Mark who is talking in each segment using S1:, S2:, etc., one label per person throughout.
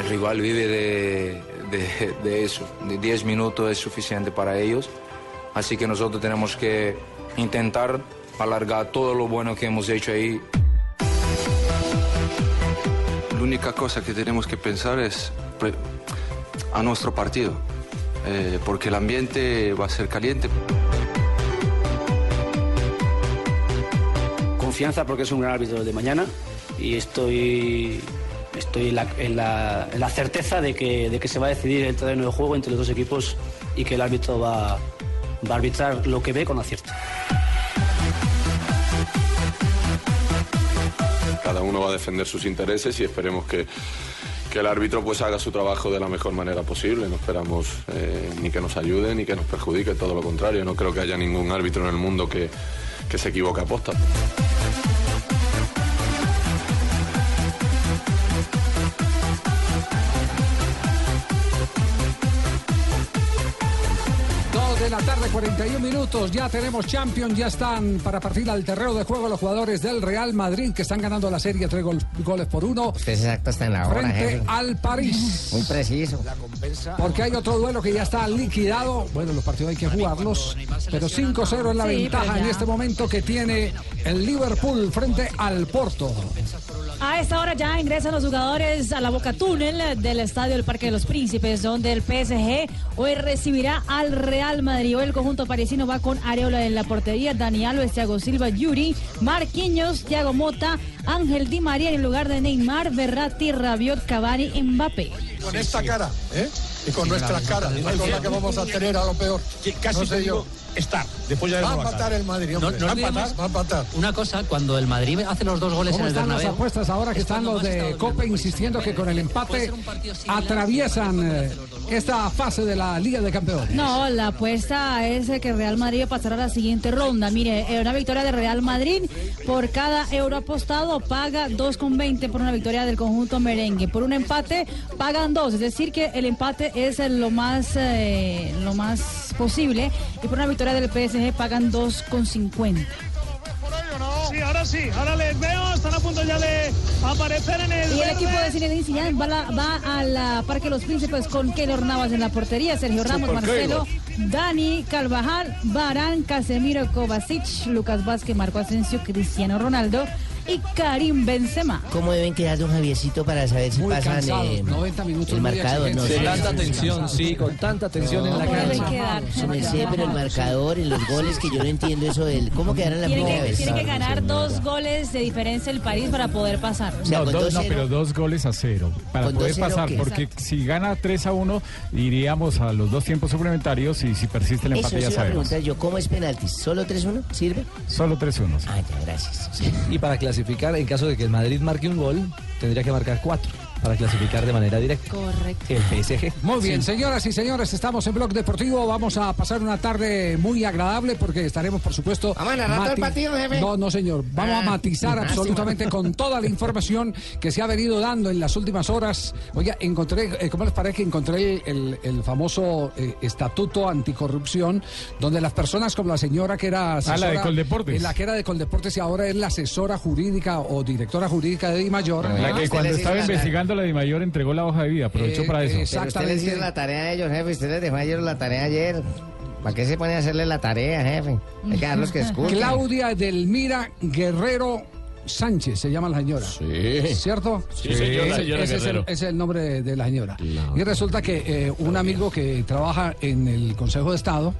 S1: El rival vive de, de, de eso. De 10 minutos es suficiente para ellos. Así que nosotros tenemos que intentar alargar todo lo bueno que hemos hecho ahí.
S2: La única cosa que tenemos que pensar es pre- a nuestro partido, eh, porque el ambiente va a ser caliente.
S3: Confianza porque es un gran árbitro de mañana y estoy, estoy en, la, en la- en la certeza de que, de que se va a decidir el terreno de juego entre los dos equipos y que el árbitro va, va a arbitrar lo que ve con acierto.
S4: Cada uno va a defender sus intereses y esperemos que, que el árbitro pues haga su trabajo de la mejor manera posible. No esperamos eh, ni que nos ayude ni que nos perjudique, todo lo contrario. No creo que haya ningún árbitro en el mundo que, que se equivoque aposta.
S5: Dos de la tarde, 41 minutos. Ya tenemos Champions. Ya están para partir al terreno de juego los jugadores del Real Madrid que están ganando la serie tres gol- goles por uno
S6: Usted es exacto hasta en la hora,
S5: frente
S6: jefe.
S5: al París.
S6: Muy preciso.
S5: Porque hay otro duelo que ya está liquidado. Bueno, los partidos hay que jugarlos. Pero 5-0 es la
S7: Sí,
S5: ventaja
S7: pero ya.
S5: en este momento que tiene el Liverpool frente al Porto.
S7: A esta hora ya ingresan los jugadores a la boca túnel del estadio del Parque de los Príncipes, donde el PSG hoy recibirá al Real Madrid. Hoy el conjunto parisino va con Areola en la portería, Dani Alves, Thiago Silva, Yuri, Marquinhos, Thiago Mota, Ángel Di María en el lugar de Neymar, Berratti, Rabiot, Cavani, Mbappé.
S8: con esta cara, ¿eh? Y con nuestra cara. No es la que vamos a tener a lo peor.
S9: casi
S8: no sé
S9: te
S8: yo.
S9: digo estar, después ya
S8: va a
S9: verlo acá.
S8: empatar el Madrid,
S9: No,
S8: hombre.
S9: no
S8: va a
S9: olvidemos-
S8: empatar, va a empatar.
S10: Una cosa, cuando el Madrid hace los dos goles en
S5: ¿Cómo
S10: el
S5: están las
S10: Bernabéu,
S5: apuestas ahora que están los de Copa insistiendo que con el empate atraviesan eh, esta fase de la Liga de Campeones?
S7: No, la apuesta es eh, que Real Madrid pasará a la siguiente ronda. Mire, eh, una victoria de Real Madrid por cada euro apostado paga 2,20 por una victoria del conjunto merengue. Por un empate pagan 2, es decir que el empate es eh, lo más eh, lo más posible y por una victoria del PSG pagan 2,50.
S11: Sí, ahora sí, ahora les veo, están a punto ya de aparecer en el
S7: Y el
S11: verde.
S7: equipo de Zinedine Zidane va, a la- va a la Parque Los Príncipes con Keylor Navas en la portería, Sergio Ramos,
S11: Super
S7: Marcelo, Dani, Carvajal, Barán, Casemiro, Kovacic, Lucas Vázquez, Marco Asensio, Cristiano Ronaldo y Karim Benzema.
S6: ¿Cómo deben quedar don Javiercito para saber si pasan
S5: cansados,
S6: eh,
S5: 90 minutos
S6: el
S5: muy
S6: marcador? No,
S5: exigentes.
S6: sé.
S5: De tanta tensión,
S12: sí, con tanta tensión en la
S6: Deben
S12: cancha.
S6: quedar. Su merced, pero el marcador, en los goles, que yo no entiendo eso del... ¿Cómo quedaron la
S7: Tiene
S6: primera
S7: que,
S6: vez?
S7: tiene que ganar dos goles de diferencia el París para poder pasar.
S13: No, dos, no, pero dos goles a cero para
S6: ¿Con
S13: poder
S6: 2-0
S13: pasar,
S6: qué?
S13: porque si gana 3 a 1 iríamos a los dos tiempos suplementarios y si persiste el
S6: Eso
S13: empate
S6: sí
S13: ya
S6: iba a
S13: sabemos.
S6: preguntar yo, ¿cómo es penalti? ¿Solo 3-1? ¿Sirve?
S13: Solo 3 1.
S6: Ah, ya, gracias.
S12: Y para clasificar, en caso de que el Madrid marque un gol, tendría que marcar cuatro para clasificar de manera directa.
S7: Correcto.
S12: El PSG.
S5: Muy bien, señoras y señores, estamos en Blog Deportivo. Vamos a pasar una tarde muy agradable porque estaremos, por supuesto. ¿Vamos
S6: a narrar todo el partido, jefe?
S5: No, no, señor. Vamos a
S6: Ah,
S5: matizar
S6: ah, sí,
S5: absolutamente con toda la información que se ha venido dando en las últimas horas. Oiga, encontré, eh, ¿cómo les parece que encontré el, el famoso eh, estatuto anticorrupción donde las personas como la señora que era
S13: Ah, la de
S5: asesora.
S13: Coldeportes.
S5: eh, La que era de Coldeportes y ahora es la asesora jurídica o directora jurídica de Di Mayor.
S13: Ah.
S6: Ah,
S13: La que cuando estaba investigando la de Mayor entregó la hoja de vida, aprovechó
S5: Eh,
S13: para eso.
S6: Pero usted les hizo la tarea a ellos, jefe. Usted les dejó a ellos la tarea ayer. ¿Para qué se pone a hacerle la tarea, jefe? Hay que dar los que escuchan.
S5: Claudia Delmira Guerrero Sánchez, se llama la señora. Sí. ¿Cierto?
S14: Sí, señora,
S5: Ese-
S14: señora
S5: ese es, el,
S14: Guerrero.
S5: ese es el nombre de, de la señora. y resulta que eh, un amigo que trabaja en el Consejo de Estado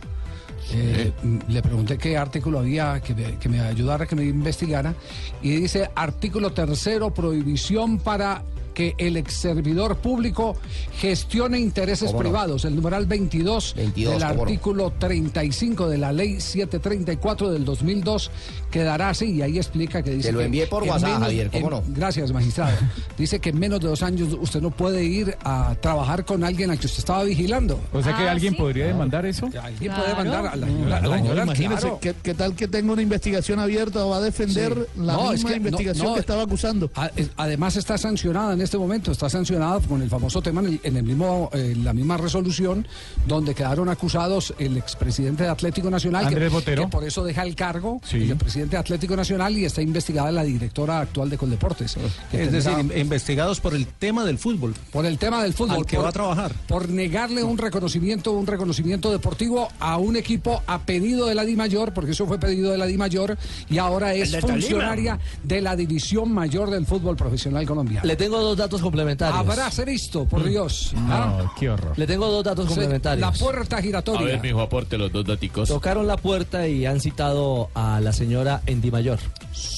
S5: eh, m- le pregunté qué artículo había que me, que me ayudara, que me investigara. Y dice: artículo tercero, prohibición para que el ex servidor público gestione intereses
S12: ¿Cómo no?
S5: privados. El numeral 22,
S12: 22,
S5: del
S12: ¿cómo no?
S5: artículo 35 de la ley 734 del 2002 quedará así y ahí explica que dice
S12: Te lo
S5: que
S12: envié por
S5: en
S12: WhatsApp, Javier, ¿cómo
S5: en-
S12: no?
S5: Gracias, magistrado. Dice que en menos de dos años usted no puede ir a trabajar con alguien al que usted estaba vigilando.
S15: O sea que
S13: Ah,
S15: alguien podría demandar eso.
S5: ¿Quién puede mandar a la señora?
S15: Claro,
S5: a la señora,
S16: Imagínese,
S5: claro.
S16: ¿qué, qué tal que tenga una investigación abierta o va a defender
S5: Sí.
S16: la
S5: No,
S16: misma
S5: es que no,
S16: investigación
S5: no,
S16: que estaba acusando?
S5: A- es- Además está sancionada en este momento, está sancionada con el famoso tema en, el- en el mismo, en la misma resolución donde quedaron acusados el expresidente de Atlético Nacional, que,
S15: Andrés Botero.
S5: que por eso deja el cargo,
S15: Sí.
S5: el presidente de Atlético Nacional y está investigada la directora actual de Coldeportes. que
S13: Es
S5: tendrá-
S13: decir, in- investigados por el tema del fútbol.
S5: Por el tema del fútbol.
S13: Al que
S5: por-
S13: va a trabajar.
S5: Por negarle un reconocimiento, un reconocimiento deportivo a un equipo a pedido de la Di Mayor, porque eso fue pedido de la Di Mayor, y ahora
S3: El
S5: es
S3: de Tolima.
S5: funcionaria de la división mayor del fútbol profesional colombiano.
S3: Le tengo dos datos complementarios. Mm.
S5: Habrá visto, por Dios. ¿ah?
S15: No, qué horror.
S3: Le tengo dos datos
S5: Se-
S3: complementarios.
S5: La puerta
S17: A ver,
S5: giratoria.
S17: mijo, aporte los dos daticos.
S3: Tocaron la puerta y han citado a la señora Endimayor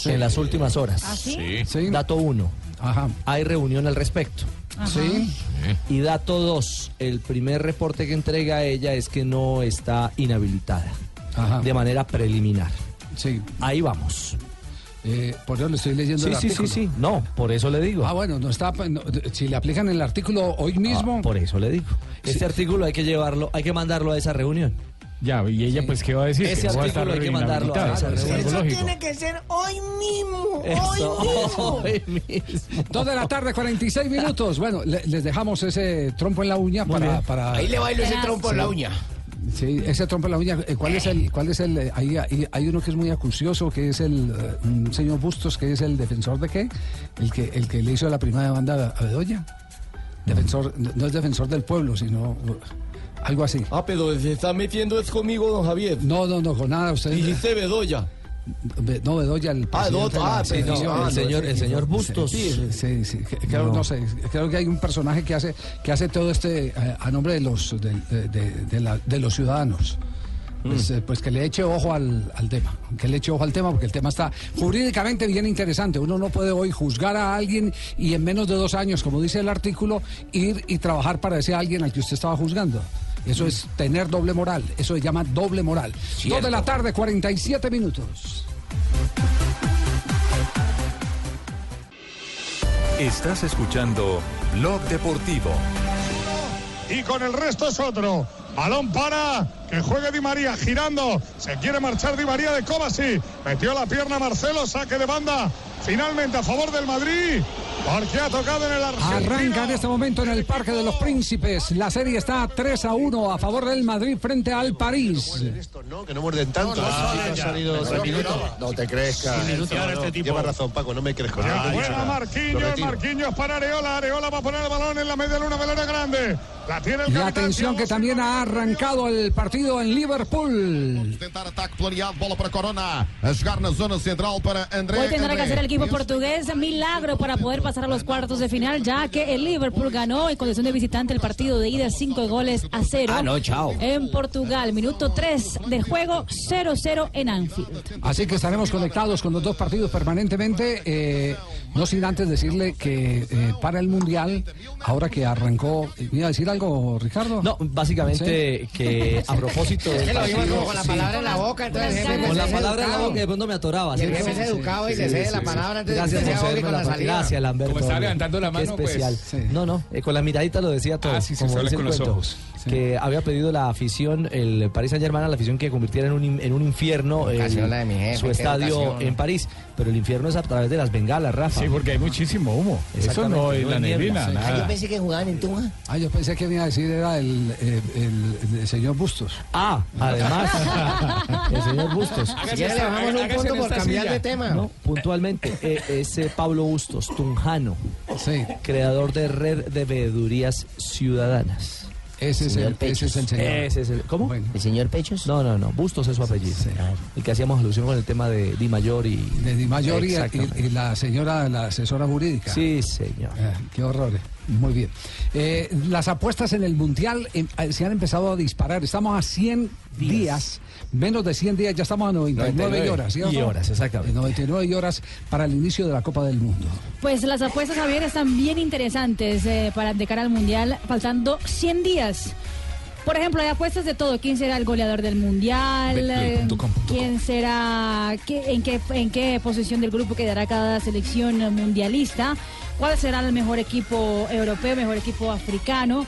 S3: en las últimas horas.
S17: ¿Ah, sí?
S3: Dato 1. Hay reunión al respecto.
S7: Ajá. Sí.
S3: Y dato 2. El primer reporte que entrega ella es que no está inhabilitada. De manera preliminar. Ahí vamos.
S5: Eh, por eso le estoy leyendo
S3: sí,
S5: el
S3: sí,
S5: artículo.
S3: Sí, sí, No, por eso le digo.
S5: Ah, bueno, no está. no, si le aplican el artículo hoy mismo.
S3: Ah, por eso le digo. Este artículo hay que llevarlo, hay que mandarlo a esa reunión.
S15: Ya, y ella pues qué va a decir? Que
S3: Ese
S15: no va a
S3: artículo
S15: estar
S3: hay que mandarlo a
S15: inhabilitada.
S3: esa
S15: Es
S3: reunión.
S15: algo lógico.
S18: que ser hoy mismo.
S3: Eso, hoy
S5: Dos de la tarde, 46 minutos. Bueno, le- les dejamos ese trompo en la uña para, para-
S12: Ahí le bailo ese trompo en la
S5: Sí.
S12: uña.
S5: Sí, ese trompo en la uña. eh, ¿Cuál es el? ¿Cuál es el? eh, Hay, hay- hay uno que es muy acucioso, que es el eh, un señor Bustos, que es el defensor de qué? El que el que le hizo la primera demanda a Bedoya. Defensor,
S19: Mm.
S5: no es defensor del pueblo, sino eh, algo así.
S19: Ah, pero se está metiendo es conmigo, don Javier.
S5: No, no, no, con nada. Usted
S19: Dijiste Bedoya.
S5: Be- No, Bedoya, el
S19: Ah,
S5: presidente
S19: no,
S5: de la
S19: ah,
S5: Asociación.
S19: perdón, ah, no, ese tipo.
S5: Sí, sí, sí, sí, que- Creo,
S19: No.
S5: no. sé, creo que hay un personaje que hace, que hace todo este eh, a nombre de los, de, de- de- de la- de los ciudadanos. Pues, eh, pues que le eche ojo al, al tema, que le eche ojo al tema, porque el tema está jurídicamente bien interesante. Uno no puede hoy juzgar a alguien y en menos de dos años, como dice el artículo, ir y trabajar para ese alguien al que usted estaba juzgando. Eso es tener doble moral, eso se llama doble moral. Dos de la tarde, 47 minutos.
S14: Estás escuchando Blog Deportivo.
S8: y con el resto es otro. Balón para que juegue Di María girando. Se quiere marchar Di María de Cobasi. Metió la pierna Marcelo, saque de banda. Finalmente a favor del Madrid. Porque ha tocado en el argentino.
S5: Arranca en este momento en el Parque de los Príncipes. La serie está 3 a 1 a favor del Madrid frente al París.
S20: No, que no muerden tanto.
S5: No, no,
S20: Ah,
S5: no,
S20: han
S5: ya.
S20: salido
S5: Pero
S20: seis
S5: no,
S20: minutos. No te crezcas. Sin minutos. No, no, Este tipo. Lleva razón, Paco, no me crezco. Ah, Yo no te buena crezco. Lo
S8: Marquinhos,
S20: retiro.
S8: Marquinhos para Areola. Areola va a poner el balón en la media luna del área grande. La tiene el
S5: Y
S8: capitán.
S5: atención que también ha arrancado el partido en Liverpool.
S21: Ataque planeado, bola para Corona. A jogar na zona central para André.
S7: Hoy tendrá que
S21: André.
S7: hacer el equipo portugués milagro para poder pasar a los cuartos de final, ya que el Liverpool ganó en condición de visitante el partido de ida cinco goles a cero.
S5: Ah, no, chao.
S7: En Portugal, minuto 3 del juego, 0-0 en Anfield.
S5: Así que estaremos conectados con los dos partidos permanentemente. eh, no sin antes decirle que eh, para el Mundial, ahora que arrancó, ¿me iba a decir algo, Ricardo? No,
S3: básicamente que a propósito del
S22: Es que lo digo
S3: partido-
S22: como con la
S3: Sí.
S22: palabra en la boca, entonces el jefe
S3: Con la
S22: es
S3: palabra en la
S22: educado.
S3: boca, de pronto me atoraba.
S22: Y el
S3: ¿cierto?
S22: jefe es
S3: Sí,
S22: educado y
S3: sí,
S22: le cede
S3: sí,
S22: la
S3: sí.
S22: palabra antes de que
S3: Gracias
S22: se
S3: por
S22: ahogue
S3: cederme
S22: con
S3: la
S22: la
S3: palabra.
S22: salida.
S3: Gracias, Lamberto.
S23: Como estaba levantando la
S3: Qué
S23: mano, pues,
S3: especial. No, no, eh, con la miradita lo decía todo.
S23: Ah, sí, se
S3: como
S23: sale
S3: dice el
S23: con los
S3: cuento,
S23: ojos.
S3: Que había pedido la afición, el Paris Saint Germain, a la afición que convirtiera en un, in- en un infierno el-
S15: Educación, la de mi jefe,
S3: su
S15: qué
S3: estadio
S15: educación.
S3: en París. Pero el infierno es a través de las bengalas, Rafa.
S15: Sí, porque hay muchísimo humo. Eso no
S3: Exactamente,
S15: es
S3: no
S15: la
S3: hay niebla,
S15: neblina,
S3: sí.
S15: nada.
S22: Ah, pensé que jugaban en Tunja.
S5: Ah, yo pensé que me iba a decir era el, eh, el- el señor Bustos.
S3: Ah, además, el señor Bustos.
S22: Si quiere le bajamos un punto por cambiar de tema.
S3: No, puntualmente, eh, es eh, Pablo Bustos, tunjano, creador de Red de Veedurías Ciudadanas.
S5: Ese es Señor el- Pechos. ese es el señor.
S3: Ese es el- ¿Cómo?
S22: ¿El señor Pechos?
S3: No, no, no. Bustos es su apellido. El que hacíamos alusión con el tema de Di Mayor y.
S5: De Di Mayor y,
S3: Exactamente.
S5: y- y la señora, la asesora jurídica. Ah,
S3: Sí, señor.
S5: qué horrores. Muy bien. Eh, las apuestas en el Mundial em, eh, se han empezado a disparar. Estamos a 100 días. menos de 100 días, ya estamos a 99,
S3: 99
S5: horas. ¿sí o
S3: y
S5: no?
S3: horas, exactamente.
S5: 99 horas para el inicio de la Copa del Mundo.
S7: Pues las apuestas, Javier, están bien interesantes eh, para de cara al Mundial, faltando 100 días. Por ejemplo, hay apuestas de todo. ¿Quién será el goleador del Mundial? eh, ¿Quién será, qué- en, qué, en qué posición del grupo quedará cada selección eh, mundialista? ¿Cuál será el mejor equipo europeo, mejor equipo africano?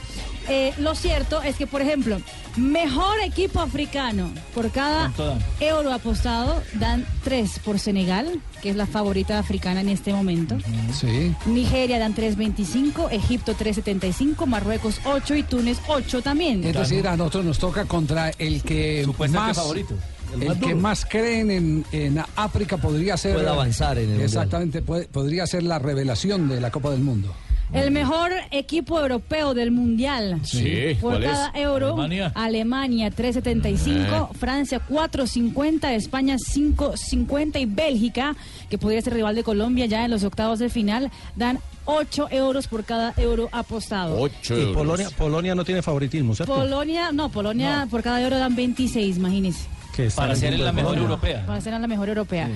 S7: Eh, lo cierto es que, por ejemplo, mejor equipo africano por cada
S4: ¿Cuánto dan?
S7: euro apostado dan 3 por Senegal, que es la favorita africana en este momento.
S5: Sí.
S7: Nigeria dan 3.25, Egipto 3.75, Marruecos 8 y Túnez 8 también.
S5: Es decir, a nosotros nos toca contra el que
S3: Supuestamente
S5: más
S3: favorito,
S5: El,
S3: el más
S5: que
S3: duro.
S5: más creen en, en África podría ser.
S3: Puede avanzar en el Mundial.
S5: Exactamente, puede- podría ser la revelación de la Copa del Mundo.
S7: El mejor equipo europeo del mundial.
S5: Sí,
S7: Por
S5: ¿cuál es?
S7: cada euro,
S5: Alemania. Eh.
S7: Alemania, 3.75, Francia 4.50, España 5.50 y Bélgica, que podría ser rival de Colombia ya en los octavos de final, dan 8 euros por cada euro apostado.
S19: euros.
S13: Y Polonia, Polonia no tiene favoritismo, ¿cierto?
S7: Polonia, no, Polonia por cada euro dan 26, imagínense.
S13: Que está
S19: Para
S13: en el
S19: ser
S13: grupo
S19: la
S13: de
S19: mejor
S13: Polonia.
S19: europea.
S7: Para ser la mejor europea.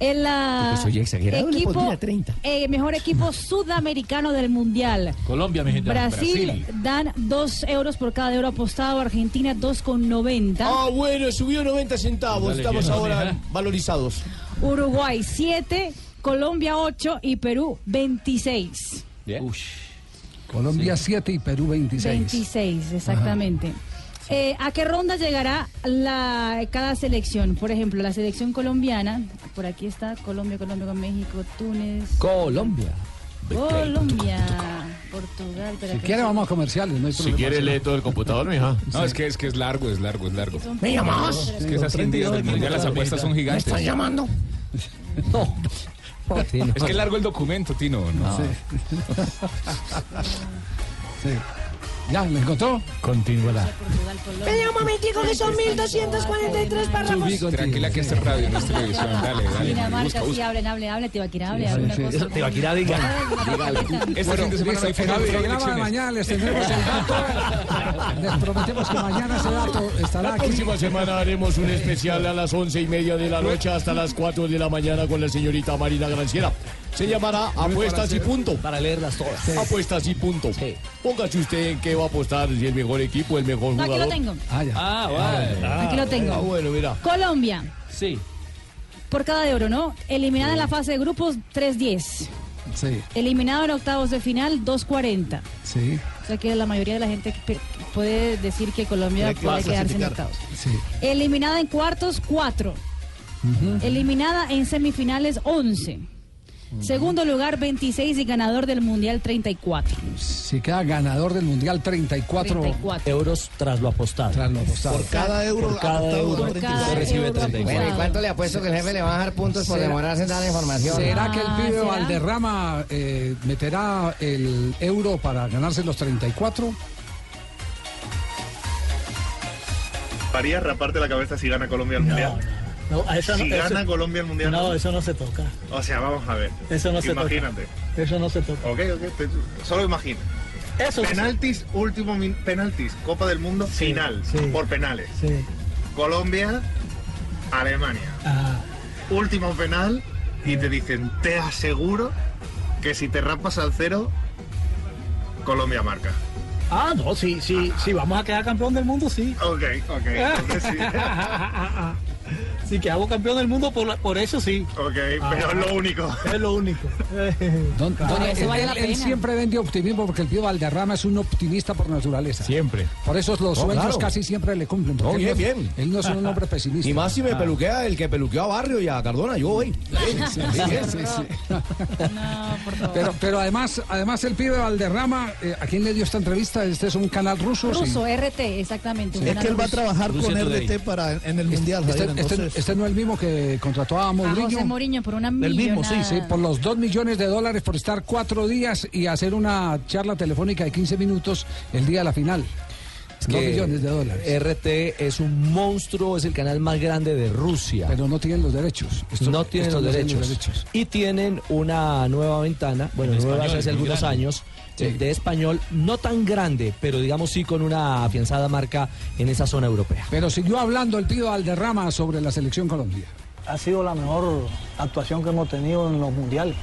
S7: El ah,
S19: Yo pues soy exagerado, le pondría 30.
S7: eh, mejor equipo sudamericano del mundial.
S4: Colombia, mi gente.
S7: Brasil, dan 2 euros por cada euro apostado, Argentina 2,90.
S19: Ah, bueno, subió 90 centavos.
S4: Dale,
S19: Estamos
S4: bien.
S19: ahora valorizados.
S7: Uruguay 7, Colombia 8 y Perú 26.
S5: Colombia 7 y Perú 26.
S7: 26, exactamente. Eh, ¿A qué ronda llegará la, cada selección? Por ejemplo, la selección colombiana, por aquí está Colombia, Colombia con México, Túnez,
S3: Colombia.
S7: Colombia, Portugal. espera
S5: Si
S7: que
S5: quiere,
S7: no sé.
S5: vamos a comerciales. No hay
S24: Si
S5: problema.
S24: quiere, lee todo el computador, mija.
S5: No, es
S24: que es que es largo, es largo, es largo.
S5: ¿Me llamás?
S24: Es que esas 100 días del mundial las apuestas son gigantes. Es que es largo el documento, Tino. No.
S5: ¿Ya? ¿Lo encontró?
S15: Continuará.
S18: Venga, un momentico que son 1243 párrafos.
S24: Tranquila que es radio, no es televisión. Dale, dale.
S7: Dinamarca,
S24: Busca,
S7: sí,
S24: busca.
S7: hablen, hablen, hablen, Tibaquirá, hablen, alguna cosa.
S3: Tibaquirá,
S24: Este
S5: Bueno,
S24: fin de semana
S5: listo,
S24: no hay
S5: en el
S24: fútbol, hay
S5: programa de
S24: elecciones.
S5: mañana les tendremos el dato. Les prometemos que mañana ese dato estará
S19: La
S5: aquí.
S19: próxima semana haremos un especial a las once y media de la noche hasta las 4 de la mañana con la señorita Marina Granciera. Se llamará Apuestas y Punto. Para leerlas todas. Apuestas y Punto. Póngase usted en qué va a apostar, si el mejor equipo, el mejor
S7: No, aquí lo
S19: jugador.
S7: tengo.
S19: Ah, vale.
S7: Aquí lo tengo.
S19: Ah, bueno, mira.
S7: Colombia,
S19: Sí.
S7: por cada euro, ¿no? Eliminada en la fase de grupos, 3.10.
S5: Sí,
S7: Eliminado en octavos de final, 2.40.
S5: sí.
S7: O sea que la mayoría de la gente pe- puede decir que Colombia puede quedarse en octavos.
S5: Sí.
S7: Eliminada en cuartos, 4.
S5: Ujú.
S7: Eliminada en semifinales, 11. Segundo lugar, 26 y ganador del Mundial, 34.
S5: Si queda ganador del Mundial, 34,
S7: 34.
S5: euros tras lo apostado.
S22: Por cada euro
S5: Por cada
S22: apostado,
S5: euro.
S22: por cada
S5: Usted recibe
S22: euro
S5: 34.
S22: apostado. Bueno, ¿y cuánto le apuesto que el jefe le va a dar puntos por
S5: ¿Será-
S22: demorarse en dar la información?
S5: ¿Será que el pibe
S22: ¿será?
S5: Valderrama eh, meterá el euro para ganarse los 34?
S25: Farías raparte la cabeza si gana Colombia el Mundial.
S26: No, a eso no-
S25: si
S26: eso-
S25: gana Colombia el Mundial.
S26: No, eso no se toca.
S25: O sea, vamos a ver.
S26: Eso no se toca.
S25: Imagínate.
S26: Eso no se toca.
S25: Ok, ok, pues. te- solo imagina. penaltis, último min- penaltis, Copa del Mundo final, por penales.
S26: Sí.
S25: Colombia, Alemania. Último penal y te dicen, te aseguro que si te rapas al cero, Colombia marca.
S26: Ah, no, sí, sí, sí, vamos a quedar campeón del mundo, sí.
S25: Ok, ok, entonces sí.
S26: Sí, que hago campeón del mundo por, la- por eso sí.
S25: Ok,
S17: Ah,
S25: pero es lo único.
S26: Es lo único.
S5: Don- don- él, él siempre vende optimismo porque el pibe Valderrama es un optimista por naturaleza. Siempre. Por eso los
S19: No,
S5: sueños
S19: claro.
S5: casi siempre le cumplen.
S19: No,
S5: porque
S19: bien,
S5: él, no es-
S19: bien.
S5: él no es un hombre pesimista.
S19: Y más si me
S5: Ah.
S19: peluquea el que peluqueó a Barrio y a Cardona, yo voy.
S5: Sí, sí, sí, sí. Pero, pero además, además el pibe Valderrama, eh, ¿a quién le dio esta entrevista? Este es un canal ruso. sí.
S7: Ruso, RT, exactamente. un
S5: Sí. Es
S7: canal
S5: que él va a
S7: ruso.
S5: trabajar con Rusia Today.
S16: RT para en el mundial.
S5: Este,
S16: Javier,
S5: este-
S16: entonces-
S5: este no es el mismo que contrató a
S7: A
S5: Mourinho.
S7: Ah, José Mourinho por una
S5: El
S7: millonada.
S5: mismo, sí, sí, por los 2 millones de dólares por estar cuatro días y hacer una charla telefónica de 15 minutos el día de la final. Dos millones de dólares.
S3: RT es un monstruo, es el canal más grande de Rusia.
S5: Pero no tienen los derechos. Estos-
S3: no tienen
S5: estos
S3: los,
S5: no tienen
S3: derechos.
S5: los derechos.
S3: Y tienen una nueva ventana, bueno,
S5: En
S3: nueva
S5: español,
S3: hace
S5: muy
S3: algunos
S5: grande.
S3: años,
S5: Sí.
S3: eh, de español, no tan grande, pero digamos sí con una afianzada marca en esa zona europea.
S5: Pero siguió hablando el pido Alderrama sobre la selección Colombia.
S4: ha sido la mejor actuación que hemos tenido en los mundiales.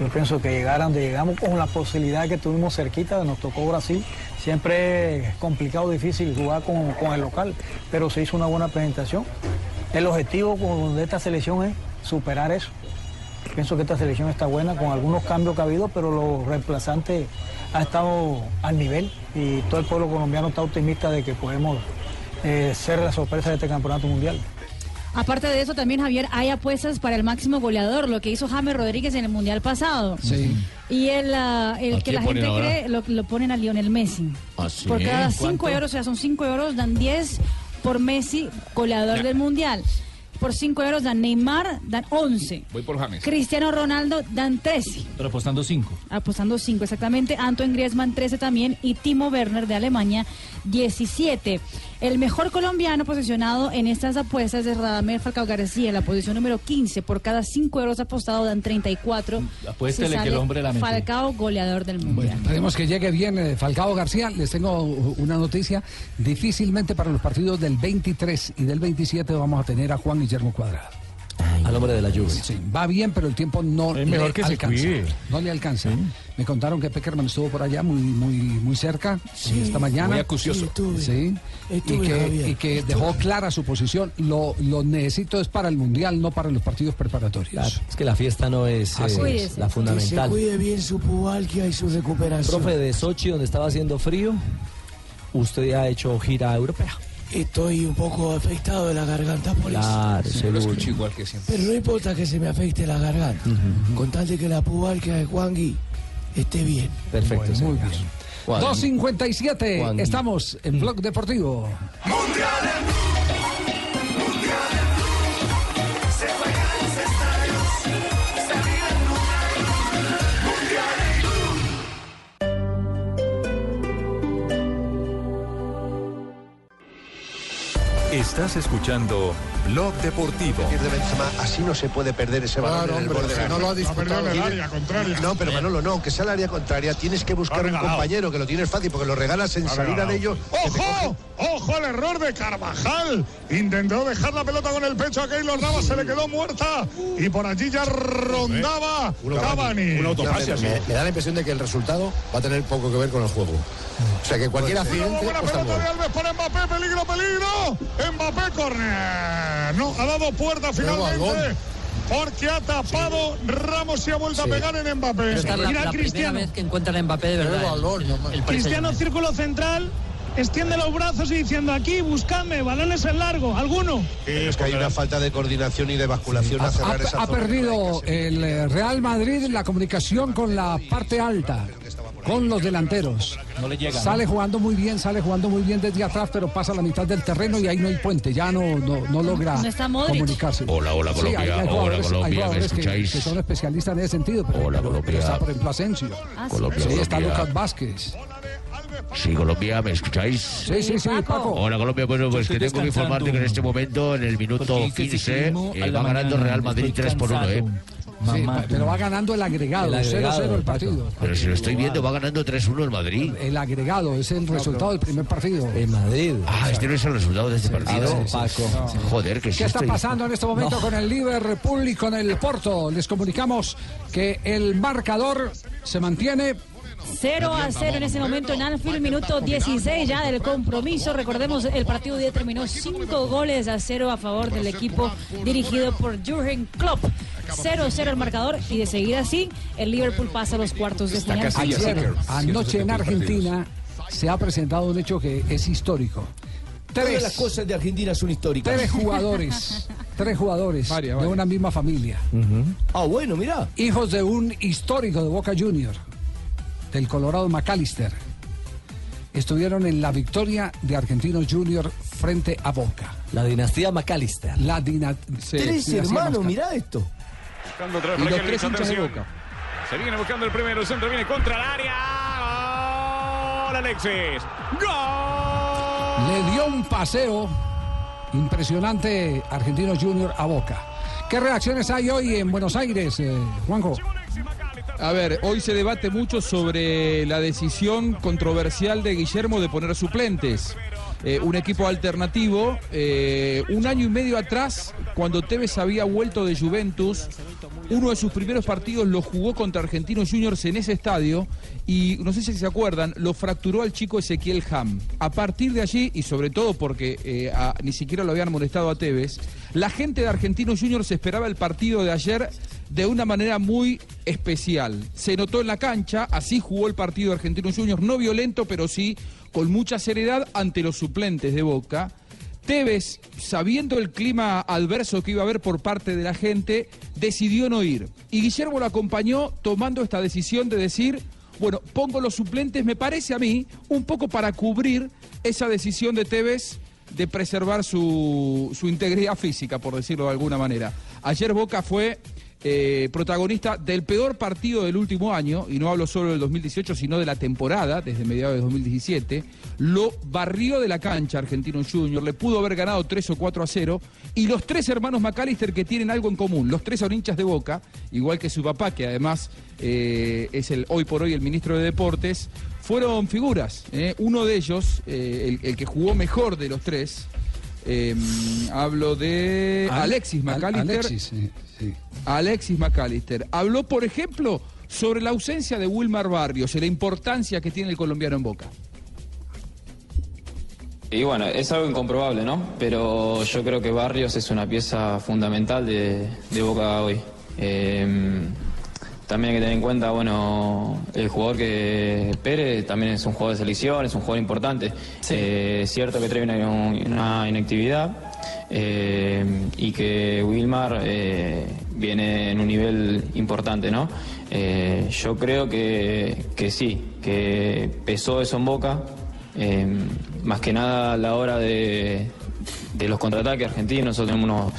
S4: Yo pienso que llegar a donde llegamos con la posibilidad que tuvimos cerquita, nos tocó Brasil. Siempre es complicado, difícil jugar con, con el local, pero se hizo una buena presentación. El objetivo con- de esta selección es superar eso. Pienso que esta selección está buena con algunos cambios que ha habido, pero los reemplazantes han estado al nivel y todo el pueblo colombiano está optimista de que podemos eh, ser la sorpresa de este campeonato mundial.
S7: Aparte de eso, también Javier, hay apuestas para el máximo goleador, lo que hizo James Rodríguez en el Mundial pasado.
S5: Sí.
S7: Y el, ah, el
S6: ¿A
S7: que
S6: quién
S7: la gente
S6: ponen ahora?
S7: cree lo, lo ponen a Lionel Messi.
S6: Así
S7: Por cada
S6: es.
S7: 5 euros, o sea, son 5 euros, dan 10 por Messi, goleador
S24: Ya.
S7: del Mundial. Por 5 euros dan Neymar, dan 11.
S24: Voy por James.
S7: Cristiano Ronaldo dan 13,
S6: Pero apostando 5.
S7: apostando 5 exactamente. Antoine Griezmann 13 también y Timo Werner de Alemania 17. El mejor colombiano posicionado en estas apuestas es Radamel Falcao García en la posición número 15. Por cada 5 euros apostado dan 34.
S6: Apuéstele
S7: Se
S6: que el
S7: sale
S6: hombre la metió.
S7: Falcao goleador del mundo.
S5: Esperemos que llegue bien eh, Falcao García. Les tengo u- una noticia. Difícilmente para los partidos del 23 y del 27 vamos a tener a Juan Guillermo Cuadrado.
S3: Al hombre de la lluvia.
S5: Sí, va bien, pero el tiempo no
S3: Es mejor
S5: le
S3: que se
S5: alcanza.
S3: cuide.
S5: No le alcanza. Me contaron que Peckerman estuvo por allá muy, muy, muy cerca
S24: Sí.
S5: esta mañana.
S24: Muy acucioso. Sí, estuve.
S5: Sí. Y
S24: Estuve,
S5: que,
S24: Javier.
S5: y que dejó clara su posición. Lo, lo necesito es para el mundial, no para los partidos preparatorios.
S3: Es que la fiesta no es eh,
S5: Así es.
S3: la fundamental.
S6: Ah, Que se cuide bien su pubalquia y su recuperación.
S3: Profe de Sochi, donde estaba haciendo frío, usted ha hecho gira europea.
S6: Estoy un poco afectado de la garganta por
S3: Claro,
S6: eso.
S24: Yo lo escucho igual que siempre.
S6: Pero no importa que se me afecte la garganta. Con tal de que la pubalquia de Juangui esté bien.
S3: Perfecto.
S6: muy
S3: bien.
S5: 257. Estamos en Blog Deportivo.
S14: Estás escuchando Blog Deportivo.
S20: Así no se puede perder ese balón
S14: Claro,
S20: en el
S14: hombre,
S20: borde
S14: si
S20: del
S14: no
S20: área.
S14: lo ha disputado.
S20: Tiene-
S14: No, pero en el área contraria.
S20: No, pero Manolo, no, aunque sea el área contraria, tienes que buscar un
S8: regalado.
S20: compañero que lo tienes fácil porque lo regalas en
S8: Ha
S20: salida
S8: regalado.
S20: de ellos.
S8: ¡Ojo! ¡Ojo al error de Carvajal! Intentó dejar la pelota con el pecho a Keylor Navas, se le quedó muerta y por allí ya
S3: Eh,
S8: rondaba Cavani.
S20: No, me, me- me da la impresión de que el resultado va a tener poco que ver con el juego. O sea que cualquier
S8: Y luego
S20: accidente.
S8: buena
S20: cuesta un
S8: pelota
S20: gol.
S8: de Alves para Mbappé, peligro, peligro. Mbappé, corner. No, ha dado puerta
S20: Luego al
S8: finalmente. Porque ha tapado Ramos y ha vuelto a pegar en Mbappé.
S10: Esta es la, la primera vez que encuentran a Mbappé de verdad. El
S27: Cristiano círculo central, extiende los brazos y diciendo aquí, buscadme, balones en largo, alguno.
S20: Sí, es que hay una falta de coordinación y de basculación a cerrar
S5: Ha,
S20: esa
S5: ha
S20: zona.
S5: perdido el eh, Real Madrid la comunicación con la parte alta, con los delanteros.
S6: No le llega.
S5: Sale jugando muy bien, sale jugando muy bien desde atrás, pero pasa a la mitad del terreno y ahí no hay puente, ya no, no, no logra
S7: No está Modric.
S5: comunicarse.
S28: Hola, hola,
S5: Sí,
S28: Colombia,
S5: hay- hay
S28: hola,
S5: jugadores- hay
S28: Colombia, ¿me
S5: jugadores que-
S28: escucháis?
S5: Que, son especialistas en ese sentido, pero, pero- pero
S28: Colombia.
S5: está por ejemplo Asensio.
S7: Ah,
S28: sí. Colombia,
S5: sí, está
S28: Colombia.
S5: Lucas Vázquez.
S28: Sí, Colombia, ¿me escucháis?
S5: Sí, sí, sí, Paco.
S28: Hola Colombia, bueno, pues
S5: Yo
S28: que
S5: estoy
S28: tengo que
S5: descansando.
S28: informarte que en este momento, en el minuto
S5: Porque el que se
S28: 15,
S5: firmó
S28: eh,
S5: a la
S28: va ganando
S5: mañana,
S28: Real Madrid
S5: estoy
S28: 3 por 1, ¿eh?
S5: Sí, pa- pero va ganando el agregado,
S28: El
S5: 0-0 el
S28: agregado,
S5: partido.
S28: Pero si lo estoy viendo, va ganando 3-1 el Madrid.
S5: El agregado es el resultado del primer partido. En
S3: Madrid.
S28: Ah, este no es el resultado de este partido.
S5: ver, Paco.
S28: Joder, que
S5: ¿Qué está pasando en este momento con el Liverpool y con el Porto? Les comunicamos que el marcador se mantiene
S7: 0 a 0 en ese Este momento en Anfield, minuto 16 ya del compromiso. Recordemos, el partido de día terminó 5 goles a 0 a favor del equipo dirigido por Jürgen Klopp. 0 a 0 el marcador y de seguir así, el Liverpool pasa a los cuartos de final.
S5: Ayer, anoche en Argentina se ha presentado un hecho que es histórico.
S6: Todas
S5: Tres,
S6: las cosas de Argentina son históricas.
S5: tres jugadores, tres jugadores de una misma familia.
S6: Ah, bueno, mira.
S5: Hijos de un histórico de Boca Junior, del Colorado McAllister. Estuvieron en la victoria de Argentinos Junior frente a Boca.
S3: La dinastía McAllister.
S5: La dina- sí,
S6: Tres
S5: dinastía
S6: hermanos,
S5: McAllister.
S6: mira esto.
S11: Buscando otra vez
S6: Y
S11: para
S6: los
S11: que
S6: tres
S11: Richard
S6: hinchas de
S11: Terzioglu. Se viene buscando el primero, el centro viene contra el área. Gol Alexis. Gol
S5: Le dio un paseo impresionante Argentino Junior a Boca. ¿Qué reacciones hay hoy en Buenos Aires, eh, Juanjo?
S1: A ver, hoy se debate mucho sobre la decisión controversial de Guillermo de poner suplentes. Eh, un equipo alternativo, eh, un año y medio atrás, cuando Tevez había vuelto de Juventus, uno de sus primeros partidos lo jugó contra Argentinos Juniors en ese estadio y no sé si se acuerdan, lo fracturó al chico Ezequiel Ham. A partir de allí, y sobre todo porque eh, a- ni siquiera lo habían molestado a Tevez, la gente de Argentinos Juniors esperaba el partido de ayer de una manera muy especial. Se notó en la cancha, así jugó el partido de Argentinos Juniors, no violento, pero sí con mucha seriedad ante los suplentes de Boca. Tevez, sabiendo el clima adverso que iba a haber por parte de la gente, decidió no ir. Y Guillermo lo acompañó tomando esta decisión de decir, bueno, pongo los suplentes, me parece a mí, un poco para cubrir esa decisión de Tevez de preservar su, su integridad física, por decirlo de alguna manera. Ayer Boca fue eh, protagonista del peor partido del último año, y no hablo solo del 2018, sino de la temporada, desde mediados de 2017, lo barrió de la cancha Argentino Junior, le pudo haber ganado 3 o 4 a 0, y los tres hermanos McAllister que tienen algo en común, los tres son hinchas de Boca, igual que su papá, que además eh, es el hoy por hoy el ministro de Deportes, fueron figuras. ¿eh? Uno de ellos, eh, el, el que jugó mejor de los tres, eh, hablo de
S5: Al-
S1: Alexis
S5: Al-
S1: McAllister.
S5: Alexis, sí, sí.
S1: Alexis McAllister. Habló, por ejemplo, sobre la ausencia de Wilmar Barrios y la importancia que tiene el colombiano en Boca.
S29: Y bueno, es algo incomprobable, ¿no? Pero yo creo que Barrios es una pieza fundamental de, de Boca hoy. Eh, también hay que tener en cuenta, bueno, el jugador que Pérez también es un jugador de selección, es un jugador importante. Eh, es cierto que trae una, una inactividad eh, y que Wilmar eh, viene en un nivel importante, ¿no? Eh, yo creo que, que sí, que pesó eso en Boca, eh, más que nada a la hora de, de los contraataques argentinos, nosotros tenemos unos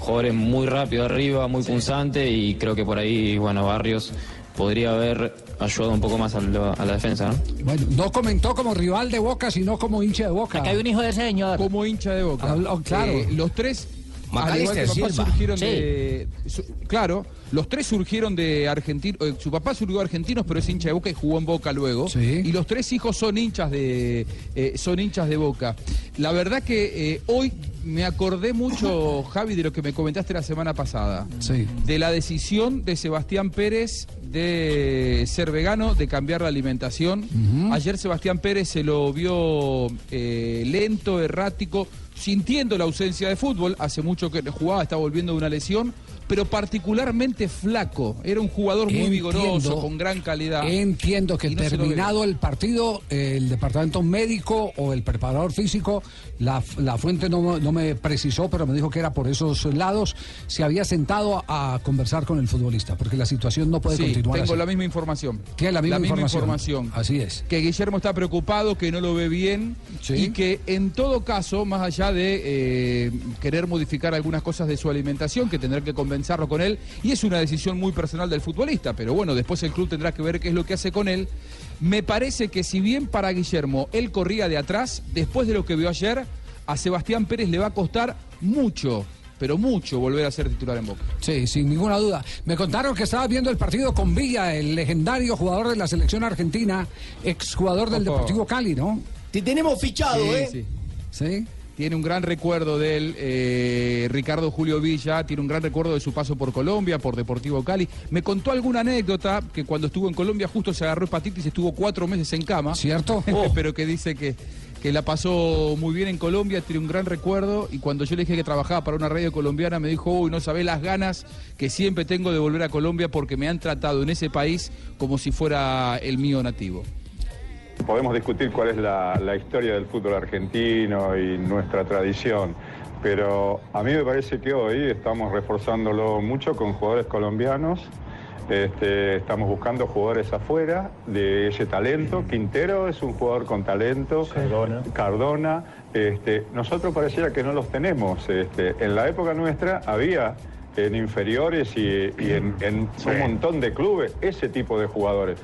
S29: jugadores muy rápidos arriba, muy punzantes y creo que por ahí, bueno, Barrios podría haber ayudado un poco más a, la- a la defensa, ¿no?
S5: Bueno, no comentó como rival de Boca, sino como hincha de Boca. Acá hay
S1: un hijo de señor. Como hincha de Boca.
S5: claro.
S1: Eh, los tres. al igual que
S5: Macalister
S1: su papá,
S5: Silva.
S1: surgieron
S5: Sí.
S1: de- su- claro, los tres surgieron de Argentina. su papá surgió de Argentinos, pero es hincha de Boca y jugó en Boca luego. Y los tres hijos son hinchas de eh, son hinchas de Boca. La verdad que eh, hoy me acordé mucho, Javi, de lo que me comentaste la semana pasada
S5: Sí.
S1: de la decisión de Sebastián Pérez de ser vegano, de cambiar la alimentación. Ayer Sebastián Pérez se lo vio eh, lento, errático, sintiendo la ausencia de fútbol. Hace mucho que no jugaba, está volviendo de una lesión, pero particularmente flaco. Era un jugador muy
S5: Entiendo.
S1: vigoroso, con gran calidad.
S5: Entiendo que
S1: Y no se lo
S5: terminado el partido, el departamento médico o el preparador físico, la, la fuente no, no me precisó, pero me dijo que era por esos lados, se había sentado a, a conversar con el futbolista, porque la situación no puede
S1: Sí,
S5: continuar
S1: tengo
S5: así.
S1: la misma información.
S5: Tiene la misma información.
S1: Así
S5: es.
S1: Que Guillermo está preocupado, que no lo ve bien y que en todo caso, más allá de eh, querer modificar algunas cosas de su alimentación, que tendrá que compensarlo con él, y es una decisión muy personal del futbolista, pero bueno, después el club tendrá que ver qué es lo que hace con él. Me parece que si bien para Guillermo él corría de atrás, después de lo que vio ayer, a Sebastián Pérez le va a costar mucho, pero mucho volver a ser titular en Boca.
S5: Sí, sin ninguna duda. Me contaron que estabas viendo el partido con Villa, el legendario jugador de la selección argentina, exjugador del
S1: Ojo.
S5: Deportivo Cali, ¿no?
S1: Te tenemos fichado,
S5: ¿eh? Sí.
S1: Tiene un gran recuerdo de él, eh, Ricardo Julio Villa, tiene un gran recuerdo de su paso por Colombia, por Deportivo Cali. Me contó alguna anécdota que cuando estuvo en Colombia justo se agarró hepatitis, estuvo cuatro meses en cama.
S5: ¿Cierto? Oh.
S1: Pero que dice que, que la pasó muy bien en Colombia, tiene un gran recuerdo. Y cuando yo le dije que trabajaba para una radio colombiana, me dijo, uy, no sabés las ganas que siempre tengo de volver a Colombia porque me han tratado en ese país como si fuera el mío nativo.
S12: Podemos discutir cuál es la, la historia del fútbol argentino y nuestra tradición, pero a mí me parece que hoy estamos reforzándolo mucho con jugadores colombianos. Este, estamos buscando jugadores afuera de ese talento. Quintero es un jugador con talento. Cardona. Este, nosotros pareciera que no los tenemos. Este, en la época nuestra había en inferiores y, y en, en un montón de clubes ese tipo de jugadores.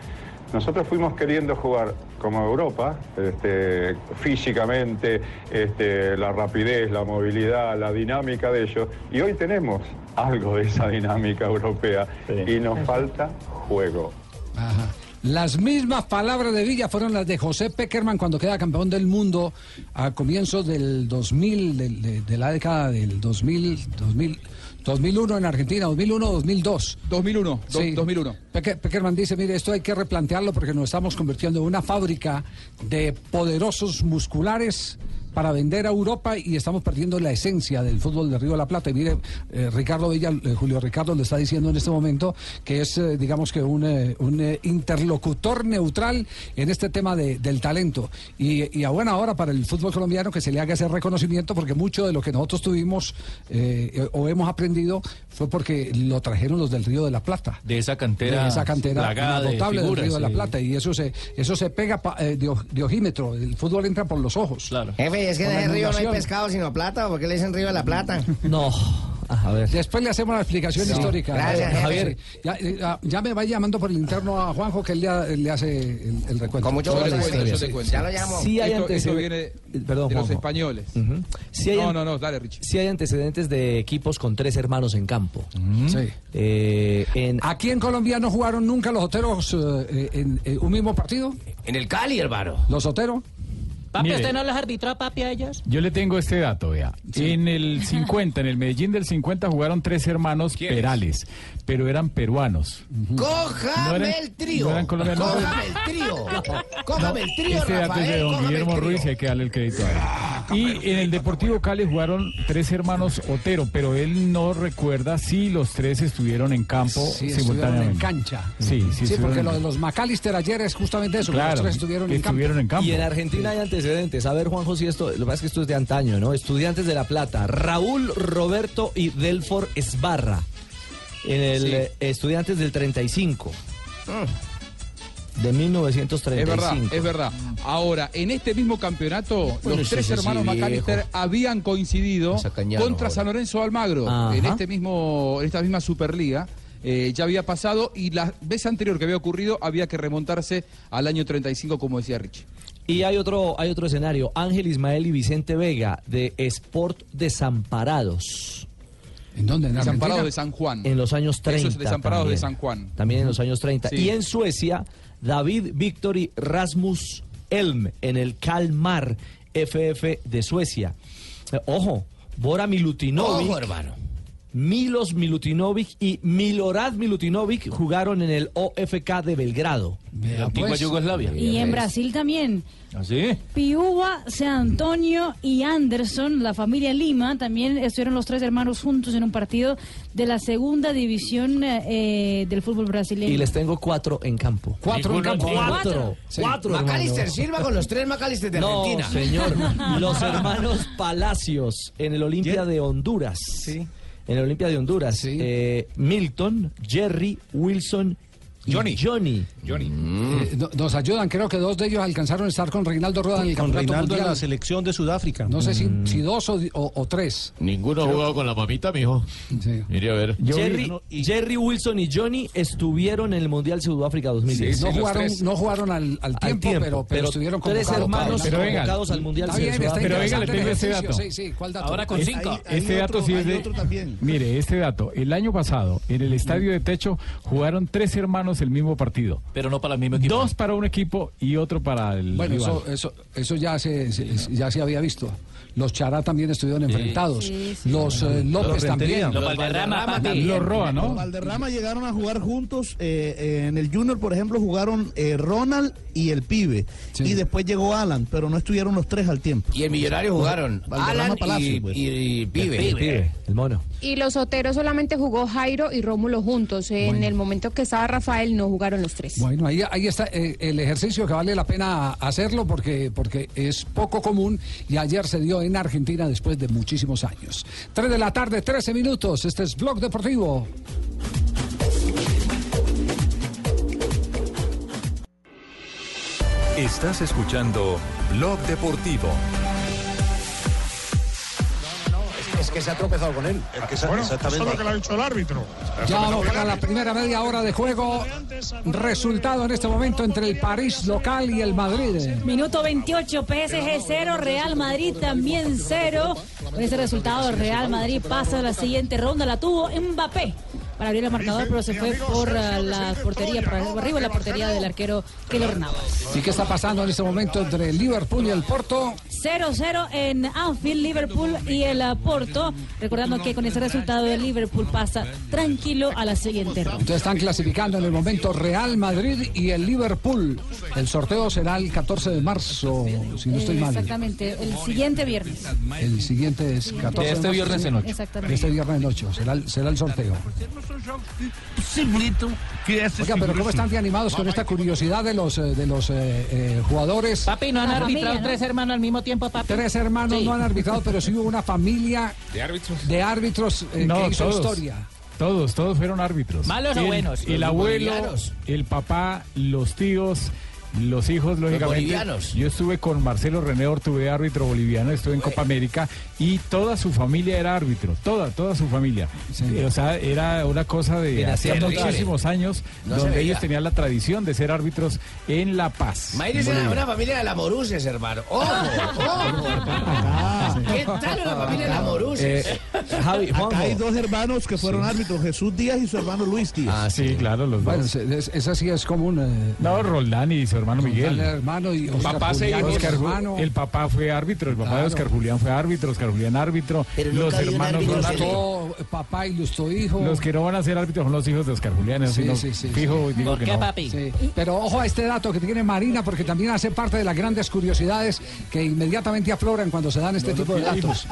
S12: Nosotros fuimos queriendo jugar como Europa, este, físicamente, este, la rapidez, la movilidad, la dinámica de ellos, y hoy tenemos algo de esa dinámica europea y nos falta juego.
S5: Ajá. Las mismas palabras de Villa fueron las de José Peckerman cuando queda campeón del mundo a comienzos del 2000, del- de, de la década del 2000, 2000, 2001 en Argentina, 2001, 2002.
S1: 2001, do- 2001.
S5: Peque- Peckerman dice, mire, esto hay que replantearlo porque nos estamos convirtiendo en una fábrica de poderosos musculares para vender a Europa y estamos perdiendo la esencia del fútbol de Río de la Plata. Y mire, eh, Ricardo Villa, eh, Julio Ricardo le está diciendo en este momento que es, eh, digamos que un, eh, un, eh, interlocutor neutral en este tema de- del talento. Y, y a buena hora para el fútbol colombiano que se le haga ese reconocimiento porque mucho de lo que nosotros tuvimos eh, eh, o hemos aprendido fue porque lo trajeron los del Río de la Plata
S22: De esa cantera.
S5: de esa cantera
S22: plagada de
S5: inagotable del
S22: figuras,
S5: Río de eh. la
S22: sí.
S5: Plata y eso se eso se pega pa- eh, de, o- de ojímetro el fútbol entra por los ojos claro
S30: Jefe, es que en el río no hay pescado sino plata, ¿por qué le dicen río de la plata?
S5: no a ver. Después le hacemos la explicación
S30: Sí.
S5: histórica.
S30: Gracias,
S5: Eh,
S30: jefe.
S5: Javier. Ya, eh, ya- ya me va llamando por el interno a Juanjo que él ya- él le hace el, el recuento.
S3: Con mucho gusto, Sobre la historia. yo te cuento. Ya lo
S5: llamo.
S3: Sí hay
S1: esto, esto
S3: antecedentes.
S1: viene eh,
S3: Perdón,
S1: de los
S3: Juanjo.
S1: españoles.
S3: Ujú. Sí hay
S1: no,
S3: an-
S1: no, no, dale, Richie.
S3: Sí hay antecedentes de equipos con tres hermanos en campo.
S5: Sí.
S3: Eh, en,
S5: Aquí en Colombia no jugaron nunca los oteros eh, en eh, un mismo partido.
S28: En el Cali, hermano.
S5: Los oteros.
S15: Papi,
S13: Mire.
S15: ¿usted no los arbitró, papi, a ellos?
S13: Yo le tengo este dato, vea. En el 50, en el Medellín del 50 jugaron tres hermanos Perales, pero eran peruanos.
S30: ¡Cójame
S13: No eran-
S30: el trío!
S13: no eran colombianos.
S30: ¡Cójame el trío! ¡Cójame el trío,
S13: Este dato es
S30: Rafael!
S13: de don
S30: cójame el
S13: Guillermo
S30: trío.
S13: Ruiz y hay que darle el crédito
S5: Ah,
S13: a él. Y en el Deportivo Cali jugaron tres hermanos Otero, pero él no recuerda si los tres estuvieron en campo
S5: Sí, estuvieron en
S13: simultáneamente.
S5: cancha.
S13: Sí, sí, estuvieron
S5: porque
S13: en
S5: lo de
S13: cancha.
S5: los McAllister ayer es justamente eso. que
S13: Claro,
S5: los tres estuvieron
S13: que
S5: en campo.
S13: estuvieron en campo.
S3: Y en Argentina hay antecedentes. A ver, Juanjo, si esto, lo que pasa es que esto es de antaño, ¿no? Estudiantes de La Plata, Raúl, Roberto y Delfor Esbarra. En el Sí. eh, Estudiantes del 35. De 1935.
S1: Es verdad, es verdad. Ahora, en este mismo campeonato,
S3: Bueno,
S1: los
S3: sí,
S1: tres
S3: sí, sí,
S1: hermanos
S3: viejo.
S1: McAllister habían coincidido
S3: Cañano,
S1: contra
S3: ahora.
S1: San Lorenzo Almagro
S3: Ajá.
S1: en este mismo, en esta misma Superliga. eh, ya había pasado y la vez anterior que había ocurrido había que remontarse al año 35, como decía Richie.
S3: Y hay otro, hay otro escenario. Ángel Ismael y Vicente Vega de Sport Desamparados.
S5: ¿En dónde?
S3: En
S1: Desamparados de San Juan.
S3: En los años
S1: Eso
S3: 30.
S1: es Desamparados
S3: también.
S1: de San Juan.
S3: También en los años 30.
S1: Sí.
S3: Y en Suecia, David Victory Rasmus Elm en el Kalmar FF de Suecia. Eh, Ojo, Bora Milutinovic.
S28: Ojo, hermano.
S3: Milos Milutinovic y Milorad Milutinovic jugaron en el OFK de Belgrado.
S5: La
S3: antigua
S5: pues.
S3: Yugoslavia. ¿Ah,
S7: Y en Brasil también.
S3: ¿Así?
S7: Piúa, San Antonio y Anderson, la familia Lima, también estuvieron los tres hermanos juntos en un partido de la segunda división eh, del fútbol brasileño.
S3: Y les tengo cuatro en campo.
S7: Cuatro en campo.
S3: Cuatro.
S30: Sí.
S3: Cuatro,
S30: Macalister
S3: hermano.
S30: Silva con los tres Macalister de
S3: No,
S30: Argentina.
S3: señor. Los hermanos Palacios en el Olimpia de Honduras. En el Olimpia de Honduras. Eh, Milton, Jerry, Wilson y Johnny. Johnny.
S17: Mm.
S5: Eh, no- nos ayudan, creo que dos de ellos alcanzaron a estar con Reinaldo Rueda en el
S17: Con
S5: campeonato
S17: Reinaldo en la
S5: mundial.
S17: selección de Sudáfrica. Mm.
S5: No sé si, si dos o, di- o- o tres.
S28: Ninguno ha
S5: Creo-
S28: jugado con la mamita, mijo. Mire a ver.
S3: Jerry, Jerry, Wilson y Johnny estuvieron en el Mundial Sudáfrica 2010.
S5: no, jugaron, no jugaron al, al
S3: tiempo,
S5: tiempo, pero, pero,
S3: pero
S5: estuvieron
S3: tres
S5: convocados.
S3: hermanos
S5: Pero venga,
S3: convocados al Mundial
S5: está bien,
S3: de
S5: está
S3: Sudáfrica.
S5: interesante
S3: Pero venga, le
S5: el
S3: tengo ese
S5: ejercicio,
S3: dato.
S5: Sí, sí, ¿cuál dato?
S3: Ahora con
S5: Es-
S3: cinco.
S5: ahí- ahí
S3: Este
S5: otro-
S3: dato
S13: sí es
S5: hay
S13: de-
S5: otro también.
S13: Mire, este dato. El año pasado, en el estadio de techo, jugaron tres hermanos el mismo partido.
S22: Pero no para el mismo equipo.
S13: Dos para un equipo y otro para el
S5: Bueno,
S13: rival.
S5: eso, eso, eso ya, se, se- ya se había visto. Los Chará también estuvieron enfrentados.
S17: Sí, sí.
S5: Los eh, López también.
S17: también. Los
S5: Los
S17: Valderrama llegaron a jugar juntos. eh, eh, en el Junior, por ejemplo, jugaron eh, Ronald y el pibe. Y después llegó Alan, pero no estuvieron los tres al tiempo. Pues,
S30: Y en Millonarios jugaron
S17: Valderrama,
S30: Alan
S17: Palacio,
S30: y,
S17: pues.
S30: y- y Pibe.
S3: El pibe, el mono.
S18: Y los Oteros solamente jugó Jairo y Rómulo juntos. En el momento que estaba Rafael no jugaron los tres.
S5: Bueno, ahí, ahí está eh, el ejercicio que vale la pena hacerlo porque, porque es poco común y ayer se dio en Argentina después de muchísimos años. 3 de la tarde, 13 minutos. Este es Blog Deportivo.
S14: Estás escuchando Blog Deportivo.
S30: Es
S20: es que se ha tropezado con él. Es que se-
S8: Bueno, eso es
S20: exactamente.
S8: lo que le ha dicho el árbitro.
S20: Ya
S5: Ya vamos para la primera media hora de juego. Resultado en este momento entre el París local y el Madrid.
S7: Minuto 28, PSG 0, Real Madrid también 0. Con ese resultado, Real Madrid pasa a la siguiente ronda. La tuvo Mbappé para abrir el marcador, pero se fue por ah, la portería, por arriba de la portería del arquero Keylor Navas.
S5: ¿Y qué está pasando en este momento entre el Liverpool y el Porto?
S7: 0-0 en Anfield, Liverpool y el ah, Porto. Recordando que con ese resultado, el Liverpool pasa tranquilo a la siguiente ronda.
S5: Entonces están clasificando en el momento Real Madrid y el Liverpool. El sorteo será el 14 de marzo, si no estoy
S7: Eh,
S5: mal.
S7: Exactamente, el siguiente viernes.
S5: El siguiente es 14
S7: De este
S5: marzo,
S7: viernes
S5: ¿sí?
S7: en ocho. Exactamente.
S5: De este viernes en 8. Será, el- será el sorteo. Oiga,
S7: este
S5: pero ¿cómo están de animados con esta curiosidad de los, eh, de los eh, eh, jugadores?
S15: Papi, no han
S11: Ah,
S5: La
S15: arbitrado
S5: familia, ¿no?
S15: tres hermanos al mismo tiempo, papi.
S5: Tres hermanos
S15: Sí.
S5: no han arbitrado, pero sí hubo una familia
S15: ¿De árbitros?
S5: de árbitros eh,
S13: No,
S5: que hizo
S13: todos.
S5: historia.
S13: Todos, todos fueron árbitros.
S5: ¿Malos o
S13: El-
S5: buenos?
S13: El
S5: Los
S13: abuelo,
S5: bolivianos.
S13: el papá, los tíos, los hijos, lógicamente.
S28: bolivianos.
S13: Yo estuve con Marcelo René Ortube, árbitro boliviano, estuve en Copa América y toda su familia era árbitro, toda, toda su familia. Eh, O sea, era una cosa de
S28: Mira,
S13: hacía
S28: sí,
S13: muchísimos años
S28: No se
S13: donde
S28: veía.
S13: ellos tenían la tradición de ser árbitros en La Paz.
S24: Mayres era
S13: Bolivia.
S24: una familia de la Moruses, hermano. ¡Ojo! ¡Ojo!
S20: Ah.
S24: ¿Qué tal la familia de la Moruses?
S3: Eh,
S5: Eh,
S17: Acá hay dos hermanos que fueron árbitros, Jesús Díaz y su hermano Luis Díaz.
S13: Ah, sí, claro, los
S5: Bueno,
S13: dos.
S5: se- es- esa sí es común. eh,
S13: No, Roldán y su hermano Miguel.
S5: Roldán, el hermano, y Oscar
S13: papá se-
S5: Julián,
S13: Oscar Ju-
S5: hermano.
S13: El papá fue árbitro, el papá de
S5: Claro.
S13: Oscar Julián fue árbitro, Oscar Julián árbitro. los hermanos son árbitros.
S5: Ilustró eh, papá ilustró hijo.
S13: Los que no van a ser árbitros son los hijos de Oscar Julián. eso
S5: Sí,
S13: no-
S5: sí, sí,
S13: fijo,
S5: sí.
S13: digo que no.
S5: Sí. Pero ojo a este dato que tiene Marina, porque también hace parte de las grandes curiosidades que inmediatamente afloran cuando se dan este tipo de datos.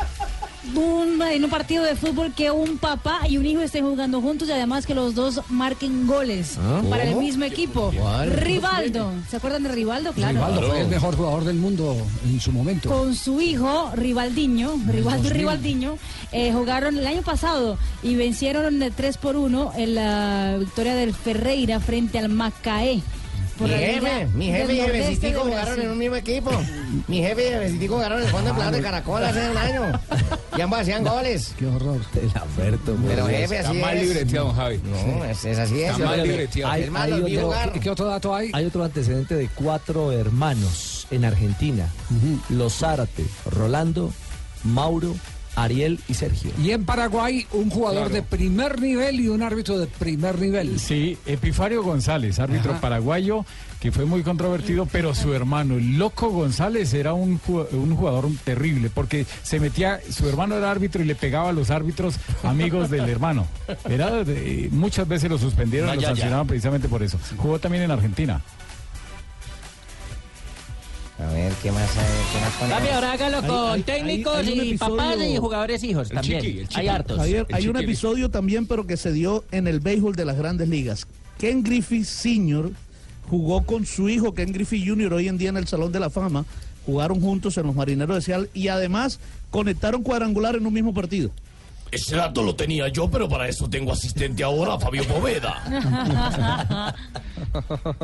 S7: un, en un partido de fútbol que un papá y un hijo estén jugando juntos y además que los dos marquen goles
S5: Ah,
S7: para el
S5: ¿cómo?
S7: mismo equipo.
S5: ¿Cuál?
S7: Rivaldo, ¿se acuerdan de Rivaldo? Claro.
S5: Rivaldo fue el mejor jugador del mundo en su momento.
S7: Con su hijo Rivaldiño, Rivaldo y
S5: 2000.
S7: Rivaldiño, eh, jugaron el año pasado y vencieron de 3 por 1 en la victoria del Ferreira frente al Macaé. Por
S30: Mi
S7: la
S30: jefe,
S7: Liga
S30: mi
S7: del
S30: jefe y
S7: Nordeste
S30: Bebecitico
S7: de
S30: jugaron
S7: Brasil.
S30: en un mismo equipo. Mi jefe y Bebecitico jugaron en el Fondo de Plata de Caracol hace un año. Y ambos hacían goles.
S5: Qué horror.
S3: El Alberto,
S30: Pero jefe, así es.
S3: Javi.
S30: No, es, es así es.
S3: Hay-
S30: Hermano,
S3: hay
S30: vi
S3: otro-
S30: jugar.
S5: ¿Qué otro dato hay?
S3: Hay otro antecedente de cuatro hermanos en Argentina. Los Zárate, Rolando, Mauro, Ariel y Sergio.
S5: Y en Paraguay, un jugador
S3: Claro.
S5: de primer nivel y un árbitro de primer nivel.
S13: Sí, Epifario González, árbitro
S5: Ajá.
S13: paraguayo, que fue muy controvertido, pero su hermano, el Loco González, era un, ju- un jugador terrible, porque se metía, su hermano era árbitro y le pegaba a los árbitros amigos del hermano. Era de- muchas veces lo suspendieron,
S28: Vaya
S13: lo
S28: Ah, ya.
S13: sancionaban precisamente por eso. Jugó también en Argentina.
S30: A ver, ¿qué más hay? ¿Qué más ponemos?
S15: Papi, ahora hágalo con técnicos
S17: hay un
S15: y
S17: episodio-
S15: papás y jugadores hijos también. Hay hartos.
S17: Javier, hay un episodio también, pero que se dio en el béisbol de las grandes ligas. Ken Griffey Sr. jugó con su hijo, Ken Griffey Jr., hoy en día en el Salón de la Fama. Jugaron juntos en los Marineros de Seattle y además conectaron cuadrangular en un mismo partido.
S4: Ese dato lo tenía yo, pero para eso tengo asistente ahora, Fabio Poveda.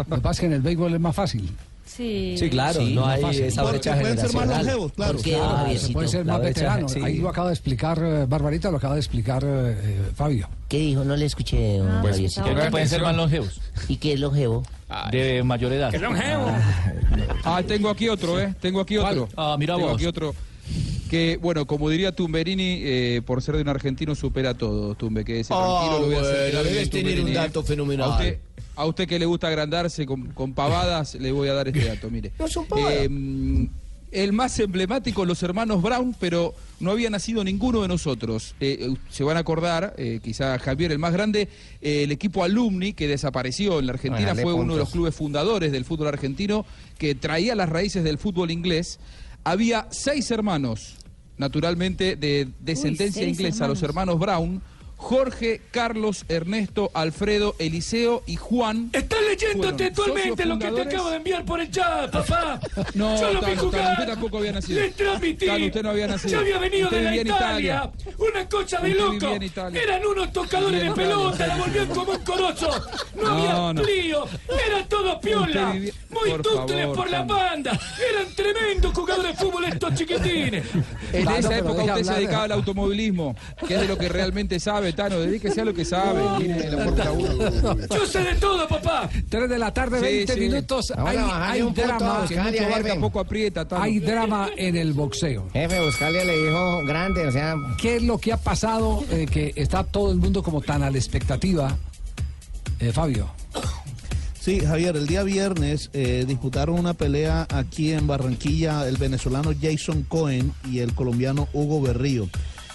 S5: Lo que pasa es que en el béisbol es más fácil.
S7: Sí.
S3: Sí, claro, no hay esa brecha generacional.
S5: Porque, ah, se pueden ser más veteranos. Ahí lo acaba de explicar eh, Barbarita, lo acaba de explicar eh, eh, Fabio.
S25: ¿Qué dijo? No le escuché, don
S5: Ah,
S25: Javier.
S5: pues,
S25: Javier.
S5: que no pueden ser más
S25: longevos. ¿Y qué es longevo?
S4: De mayor edad.
S1: Ah, tengo aquí otro, ¿eh? Tengo aquí otro.
S4: Ah, mira
S1: Tengo
S4: vos.
S1: aquí otro. Que, bueno, como diría Tumberini, eh, por ser de un argentino supera todo, Tumbe, que ese
S4: Ah,
S1: tranquilo lo voy a hacer.
S4: bueno,
S1: quedar bien,
S4: debes tener
S1: Tumberini,
S4: un
S1: ¿eh?
S4: dato fenomenal.
S1: A usted, a usted que le gusta agrandarse con, con pavadas, le voy a dar este dato, mire.
S4: No son pavadas.
S1: Eh, el más emblemático, los hermanos Brown, pero no había nacido ninguno de nosotros. Eh, eh, se van a acordar, eh, quizá Javier, el más grande, eh, el equipo alumni que desapareció en la Argentina
S26: Hágale
S1: fue uno de los
S26: puntos.
S1: clubes fundadores del fútbol argentino que traía las raíces del fútbol inglés. Había seis hermanos, naturalmente, de descendencia
S26: seis
S1: inglesa, los
S26: hermanos.
S1: hermanos Brown. Jorge, Carlos, Ernesto, Alfredo, Eliseo y Juan.
S11: Estás leyendo textualmente lo que te acabo de enviar por el chat, papá.
S1: No,
S11: Yo
S1: Tano,
S11: lo vi
S1: Tano,
S11: jugar.
S1: usted tampoco había nacido.
S11: Le transmití.
S1: Tano, usted no había nacido.
S11: Yo había venido
S1: Usted
S11: de la
S1: vivía en
S11: Italia.
S1: Italia.
S11: Una cocha de
S1: Usted
S11: loco.
S1: vivía en Italia.
S11: Eran unos tocadores
S1: Vivía
S11: de
S1: en
S11: pelota.
S1: Italia.
S11: La volvían como un corozo. No,
S1: No,
S11: había
S1: no.
S11: frío. Era todo piola.
S1: Usted vivía-
S11: Muy
S1: Por
S11: tútiles
S1: favor,
S11: por la
S1: Tano.
S11: banda. Eran tremendos jugadores de fútbol estos chiquitines.
S1: En
S11: Tano,
S1: esa
S11: pero
S1: época
S11: deja
S1: usted se
S11: hablar.
S1: dedicaba al automovilismo, que es de lo que realmente sabe, Tano. Dedíquese a lo que sabe.
S11: Yo sé de todo, papá.
S5: 3 de la tarde,
S1: Sí,
S5: 20
S1: sí.
S5: minutos.
S1: Ahora
S5: hay
S1: bajale
S5: hay
S1: un punto,
S5: drama.
S1: buscale, Si mucho barca, jefe. poco aprieta. Tano.
S5: Hay drama en el boxeo.
S31: Jefe, buscarle le dijo grande, o sea,
S5: ¿Qué es lo que ha pasado eh, que está todo el mundo como tan a la expectativa? Eh, Fabio.
S17: Sí, Javier, el día viernes eh, disputaron una pelea aquí en Barranquilla el venezolano Jason Cohen y el colombiano Hugo Berrío.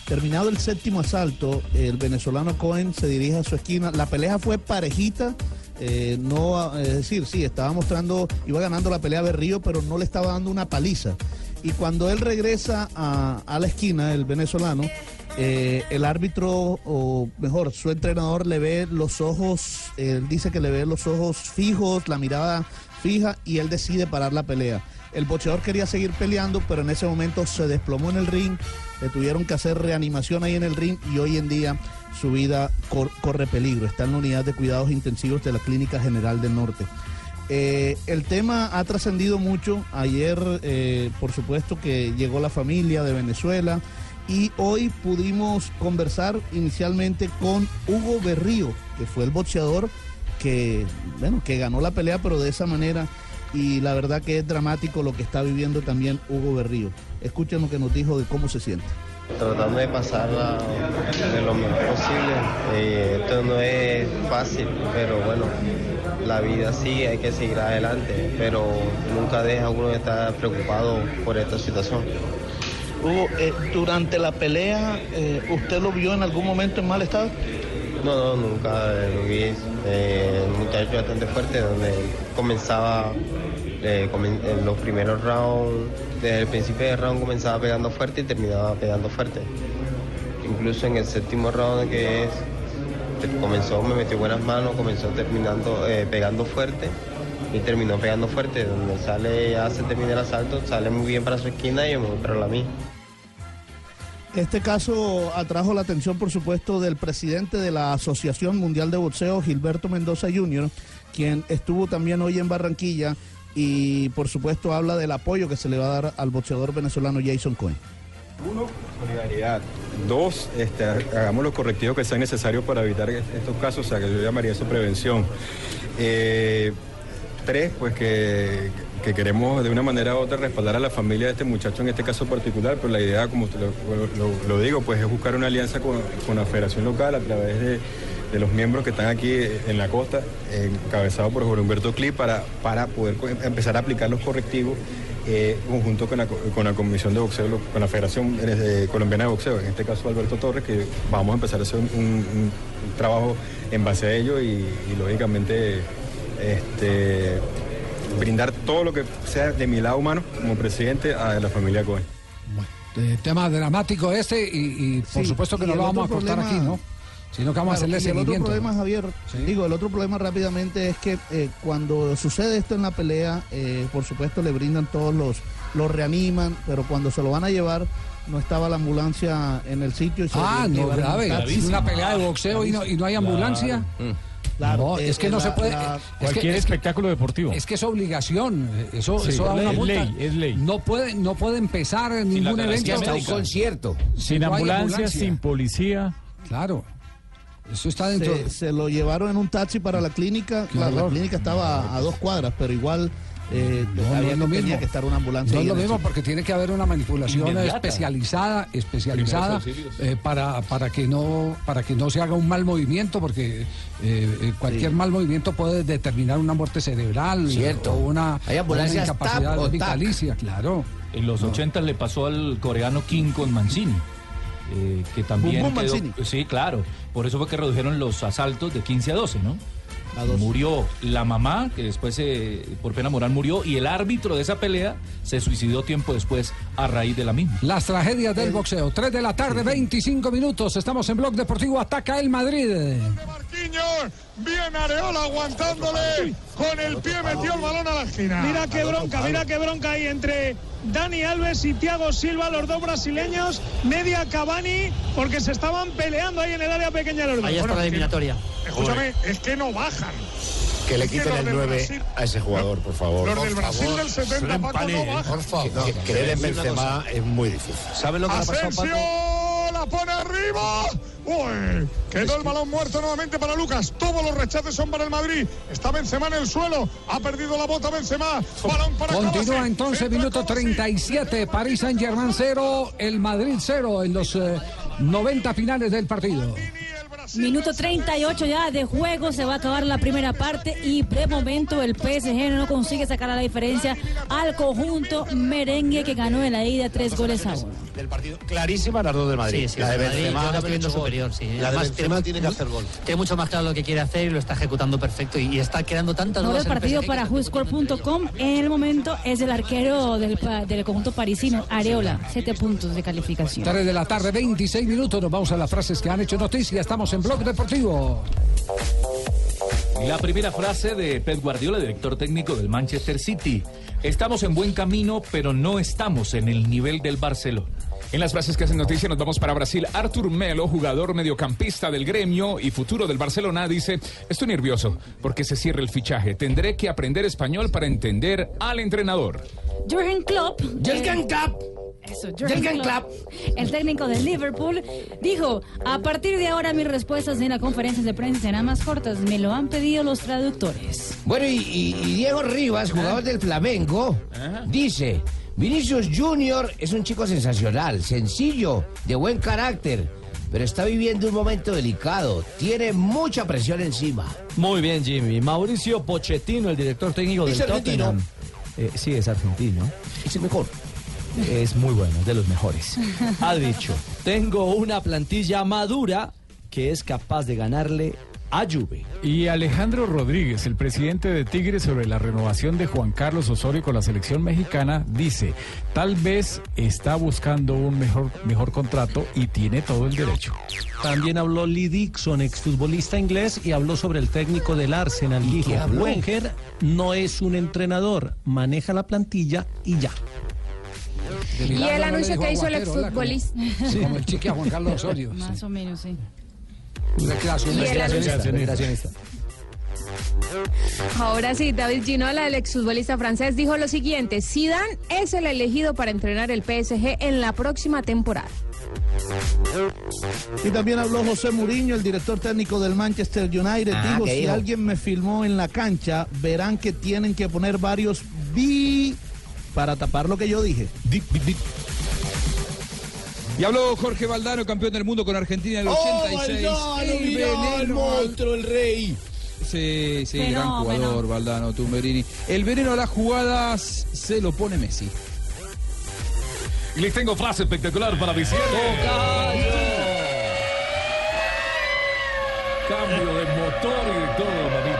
S17: Terminado el séptimo asalto, el venezolano Cohen se dirige a su esquina. La pelea fue parejita. eh, no, es decir, sí, estaba mostrando, iba ganando la pelea Berrío, pero no le estaba dando una paliza. Y cuando él regresa a, a la esquina, el venezolano, eh, el árbitro, o mejor, su entrenador le ve los ojos, él dice que le ve los ojos fijos, la mirada fija, y él decide parar la pelea. El boxeador quería seguir peleando, pero en ese momento se desplomó en el ring, le tuvieron que hacer reanimación ahí en el ring y hoy en día su vida cor- corre peligro. Está en la unidad de cuidados intensivos de la Clínica General del Norte. Eh, el tema ha trascendido mucho. Ayer, eh, por supuesto, que llegó la familia de Venezuela y hoy pudimos conversar inicialmente con Hugo Berrío, que fue el boxeador que, bueno, que ganó la pelea, pero de esa manera. Y la verdad que es dramático lo que está viviendo también Hugo Berrío. Escuchen lo que nos dijo de cómo se siente.
S32: tratando de pasarla de lo mejor posible. Eh, esto no es fácil, pero bueno, la vida sigue, hay que seguir adelante, pero nunca deja uno de estar preocupado por esta situación.
S17: Hugo, eh, durante la pelea, eh, ¿usted lo vio en algún momento en mal estado?
S32: No, no, nunca eh, lo vi. Eh, un muchacho bastante fuerte donde comenzaba eh, comen- en los primeros rounds, desde el principio del round comenzaba pegando fuerte y terminaba pegando fuerte. Incluso en el séptimo round que es, te- comenzó, me metió buenas manos, comenzó terminando eh, pegando fuerte y terminó pegando fuerte. Donde sale, ya se termina el asalto, sale muy bien para su esquina y yo me voy para la mía.
S17: Este caso atrajo la atención, por supuesto, del presidente de la Asociación Mundial de Boxeo, Gilberto Mendoza Jr., quien estuvo también hoy en Barranquilla y, por supuesto, habla del apoyo que se le va a dar al boxeador venezolano Jason Cohen.
S27: Uno, solidaridad. Dos, este, hagamos los correctivos que sean necesarios para evitar estos casos, o sea, que yo llamaría eso prevención. Eh, tres, pues que, que queremos de una manera u otra respaldar a la familia de este muchacho en este caso particular, pero la idea, como te lo, lo- lo digo, pues es buscar una alianza con, con la federación local a través de, de los miembros que están aquí en la costa, encabezado por Jorge Humberto Cli, para, para poder co- empezar a aplicar los correctivos eh, conjunto con la, co- con la Comisión de Boxeo, lo- con la Federación eh, Colombiana de Boxeo, en este caso Alberto Torres, que vamos a empezar a hacer un, un- un trabajo en base a ello y, y lógicamente este, brindar todo lo que sea de mi lado humano como presidente a la familia Cohen.
S5: Eh, tema dramático este y, y por
S17: Sí,
S5: supuesto que
S17: y
S5: no lo
S17: el
S5: vamos a
S17: otro
S5: cortar
S17: problema-
S5: aquí, ¿no? Sino que vamos
S17: Claro, y
S5: a hacerle
S17: el otro
S5: seguimiento.
S17: problema, Javier, digo, el otro problema rápidamente es que eh, cuando sucede esto en la pelea, eh, por supuesto le brindan todos los, los reaniman, pero cuando se lo van a llevar, no estaba la ambulancia en el sitio. Y se
S5: Ah,
S17: lo
S5: no,
S17: llevaron en
S5: grave.
S17: taxi.
S5: Una pelea de boxeo y no, y no hay ambulancia.
S17: Claro,
S5: no,
S17: eh,
S5: es que
S17: eh,
S5: no
S17: la-
S5: se puede.
S17: la-
S5: es que-
S13: Mm. Cualquier
S5: es que-
S13: espectáculo deportivo.
S5: Es que es obligación, eh, eso,
S13: Sí,
S5: eso da
S13: es
S5: una
S13: ley,
S5: multa.
S13: ley, es ley.
S5: No puede, no puede empezar en ningún evento.
S13: Sin
S5: no hay
S13: ambulancia, sin policía.
S5: Claro. Eso está
S17: Se-
S5: dentro.
S17: Se, lo llevaron en un taxi para la clínica. Claro, la clínica estaba a, a dos cuadras, pero igual eh,
S5: no
S17: había
S5: es
S17: que-
S5: lo
S17: tenía
S5: mismo.
S17: que estar una ambulancia.
S5: No es
S17: ahí
S5: lo
S17: en el
S5: mismo porque tiene que haber una manipulación
S17: Inmediata.
S5: especializada, especializada
S17: Primeros
S5: eh, para, para, que no, para que no se haga un mal movimiento, porque eh, eh, cualquier mal movimiento puede determinar una muerte cerebral
S33: Cierto.
S5: o una,
S33: Hay ambulancias
S5: una incapacidad
S33: TAP o TAC.
S5: vitalicia, claro.
S22: En los 80 le pasó al coreano King con Mancini. eh, que también
S17: Bum Bum
S22: quedó-
S17: Mancini.
S22: sí claro por eso fue que redujeron los asaltos de 15 a 12 no murió la mamá, que después eh, por pena moral murió, y el árbitro de esa pelea se suicidó tiempo después a raíz de la misma.
S5: Las tragedias del boxeo. 3 de la tarde, 25 minutos. Estamos en Blog Deportivo. Ataca el Madrid.
S8: Marquinhos, bien Areola aguantándole, con el pie metió el balón a la esquina.
S11: Mira qué bronca, mira qué bronca hay entre Dani Alves y Thiago Silva, los dos brasileños, media Cavani, porque se estaban peleando ahí en el área pequeña de los dos. Bueno,
S8: Escúchame, es que no bajan.
S11: Que le
S8: Es
S11: quiten
S8: los
S11: el
S8: del
S11: 9
S8: Brasil-
S11: a ese jugador, por favor.
S8: Los del
S11: Por
S8: Brasil
S11: favor,
S8: del 70,
S11: no
S8: Paco, no
S11: empanen,
S8: bajan.
S11: Por favor.
S20: No,
S11: Que-
S20: no,
S11: Creer
S20: voy
S11: en
S20: a decir una
S11: Benzema
S20: cosa.
S11: es muy difícil.
S20: ¿Saben lo que le ha pasado,
S8: Asensio
S20: Paco?
S8: la pone arriba. Uy, quedó el balón muerto nuevamente para Lucas. Todos los rechaces son para el Madrid. Está Benzema en el suelo. Ha perdido la bota Benzema. Balón para
S5: Continúa
S8: Kovacic.
S5: entonces, minuto 37. París Saint-Germain 0, el Madrid 0 en los eh, 90 finales del partido.
S7: Minuto 38 ya de juego, se va a acabar la primera parte y de momento el PSG no consigue sacar a la diferencia al conjunto merengue que ganó en la ida tres goles a uno.
S11: Del partido. Clarísima las dos del Madrid.
S15: Sí, sí,
S11: la de
S15: el Madrid
S11: Benzema.
S15: yo la
S11: ha
S15: estoy viendo
S11: hecho gol.
S15: superior, sí.
S11: La de
S15: Además,
S11: Benzema
S15: tiene
S11: tiene que
S15: muy-
S11: hacer gol.
S15: Tiene mucho más claro lo que quiere hacer y lo está ejecutando perfecto. Y, y está creando tantas
S7: Ahora el
S15: dudas en el
S7: partido
S15: PSG
S7: para JustScore.com en el momento es el arquero del, pa- del conjunto parisino, Areola, siete puntos de calificación.
S5: 3 de la tarde, 26 minutos. Nos vamos a las frases que han hecho noticia. Estamos en Blog Deportivo.
S22: La primera frase de Pep Guardiola, director técnico del Manchester City. Estamos en buen camino, pero no estamos en el nivel del Barcelona.
S29: En las frases que hacen noticia nos vamos para Brasil. Arthur Melo, jugador mediocampista del gremio y futuro del Barcelona, dice, estoy nervioso porque se cierra el fichaje. Tendré que aprender español para entender al entrenador.
S7: Jürgen Klopp.
S29: Jürgen
S7: Klopp. Eso,
S29: Jürgen
S7: El técnico de Liverpool dijo, a partir de ahora mis respuestas en las conferencias de prensa serán más cortas, me lo han pedido los traductores.
S24: Bueno, y, y- y Diego Rivas, jugador del Flamengo, dice, Vinicius Junior es un chico sensacional, sencillo, de buen carácter, pero está viviendo un momento delicado, tiene mucha presión encima.
S3: Muy bien, Jimmy. Mauricio Pochettino, el director técnico
S24: Es
S3: del
S24: argentino.
S3: Tottenham. Eh, sí, es argentino. Es el mejor. Es muy bueno, es de los mejores. Ha dicho, tengo una plantilla madura que es capaz de ganarle a Juve.
S13: Y Alejandro Rodríguez, el presidente de Tigres, sobre la renovación de Juan Carlos Osorio con la selección mexicana, dice, tal vez está buscando un mejor, mejor contrato y tiene todo el derecho.
S12: También habló Lee Dixon, exfutbolista inglés, y habló sobre el técnico del Arsenal. Dijo,
S13: habló?
S12: Wenger no es un entrenador, maneja la plantilla y ya.
S18: Y el
S5: Milagro no le
S18: anuncio
S5: dijo
S18: que hizo el
S5: aguatero, hola, como-
S18: exfutbolista.
S5: Como el chique a Juan Carlos Osorio.
S7: Más o menos, sí.
S5: Recreacionista.
S18: Y el anuncio-
S3: Recreacionista.
S18: Ahora sí, David Ginola, el exfutbolista francés, dijo lo siguiente: Zidane es el elegido para entrenar el PSG en la próxima temporada.
S17: Y también habló José Mourinho, el director técnico del Manchester United.
S3: Ah,
S17: dijo,
S3: ¿qué
S17: si
S3: dijo?
S17: alguien me filmó en la cancha, verán que tienen que poner varios bi para tapar lo que yo dije.
S1: Y habló Jorge Valdano, campeón del mundo con Argentina en el
S11: Oh,
S1: 86. El veneno al-
S6: el rey.
S1: Sí, sí, gran
S6: Fenómeno.
S1: jugador, Valdano Tumberini. El veneno a las jugadas se lo pone Messi.
S28: Y les tengo frase espectacular para Vicente.
S22: Oh,
S28: Cambio de motor y de todo, mamita.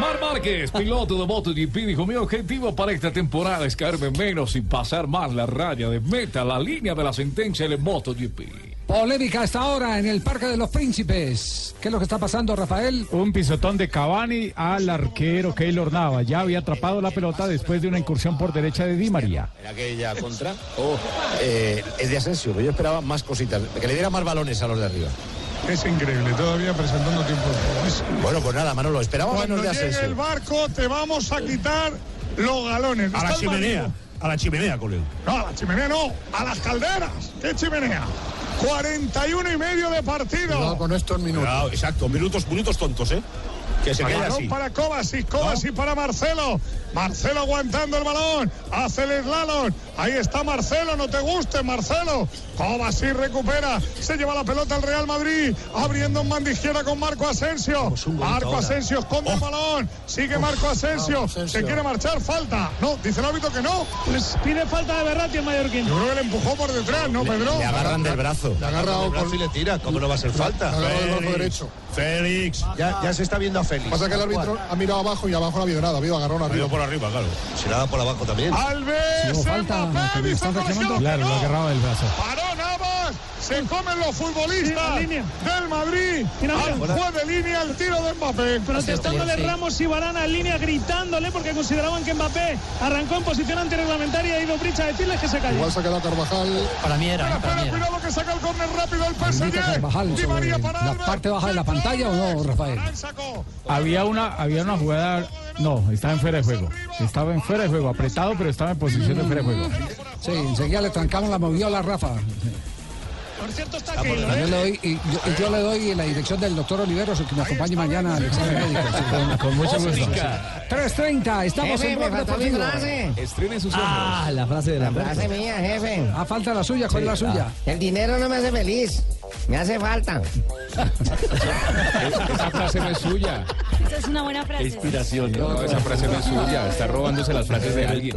S28: Mar Márquez, piloto de MotoGP, dijo, mi objetivo para esta temporada es caerme menos y pasar más la raya de meta, la línea de la sentencia del MotoGP.
S5: Polémica hasta ahora en el Parque de los Príncipes. ¿Qué es lo que está pasando, Rafael?
S13: Un pisotón de Cavani al arquero Keylor Nava. Ya había atrapado la pelota después de una incursión por derecha de Di María.
S11: En aquella contra. o, eh, es de Asensio, pero yo esperaba más cositas. Que le diera más balones a los de arriba.
S8: Es increíble, todavía presentando tiempo.
S11: Bueno, pues nada, Manolo, esperaba
S8: Cuando
S11: menos de
S8: llegue el
S11: Asensio.
S8: barco te vamos a quitar los galones.
S11: A la
S8: Está el
S11: chimenea,
S8: barco.
S11: a la chimenea, colega.
S8: No, a la chimenea no, a las calderas. ¿Qué chimenea? 41 y medio de partido.
S11: con estos minutos. exacto, minutos, minutos tontos, ¿eh? Que se quede
S8: Balón
S11: así.
S8: para Kovacic, Kovacic para Marcelo. Marcelo aguantando el balón. Hace el slalom. Ahí está Marcelo. No te guste, Marcelo. Kovacic recupera. Se lleva la pelota al Real Madrid. Abriendo en banda izquierda con Marco Asensio. Marco Asensio esconde
S14: Oh.
S8: el balón. Sigue Marco Asensio. Se quiere marchar. Falta. No, dice el árbitro que no.
S11: Les Pues pide falta de Berratti el mallorquín.
S8: Yo creo que le empujó por detrás, ¿no, Pedro?
S14: Le agarran del brazo. Le agarran del brazo y le tira. ¿Cómo no va a ser falta? Le agarran del brazo Félix. derecho. Félix. Ya, ya se está viendo a Félix. Pasa que el árbitro ha mirado abajo y abajo no ha habido nada. Ha habido agarrón arriba. por arriba, claro. Si nada por abajo también.
S8: Alves,
S14: Si hubo falta,
S8: Mbappé,
S14: porque le
S8: dice
S14: están
S8: el colegiado
S14: reclamando.
S8: que
S13: Claro, lo
S8: no.
S13: agarraba del brazo.
S8: Paró Navas, se comen los futbolistas del Madrid.
S11: Mira,
S8: Al
S11: mira.
S8: juez de línea el tiro de Mbappé.
S11: Protestándole Ramos y Barana en línea, gritándole porque consideraban que Mbappé arrancó en posición antirreglamentaria y Dobricha a decirles que se calle.
S14: Igual se ha quedado Carvajal.
S11: Para mí ¿eh?
S14: era,
S11: para mí
S8: Cuidado que saca el córner rápido el
S5: Bendita Carvajal
S8: PSG.
S5: sobre la parte baja de la pantalla o no, Rafael.
S13: eh. Había una, había una jugada. No, estaba en fuera de juego. Estaba en fuera de juego, apretado, pero estaba en posición de fuera de juego.
S5: Sí, enseguida le trancaron la moviola a Rafa. Ah,
S11: Por cierto, está
S5: Yo
S11: Keylor,
S5: le
S11: ¿eh?
S5: doy, y yo, y yo le doy la dirección del doctor Oliveros, el que me acompañe mañana al examen médico.
S13: Con- con mucho gusto.
S5: Óptica. 3.30, estamos
S30: Jefe,
S5: en
S30: me
S5: Blog
S30: faltó mi
S5: Deportivo.
S30: frase.
S22: Estrene
S30: sus Ah, ojos. la frase de la frase mía, jefe.
S5: Ah, falta la suya, ¿cuál es la suya?
S30: El dinero no me hace feliz, me hace falta.
S13: Eh,
S22: Esa frase no es suya.
S7: Esa es una buena frase.
S22: Inspiración. No, esa frase no es suya. Está robándose las frases de alguien.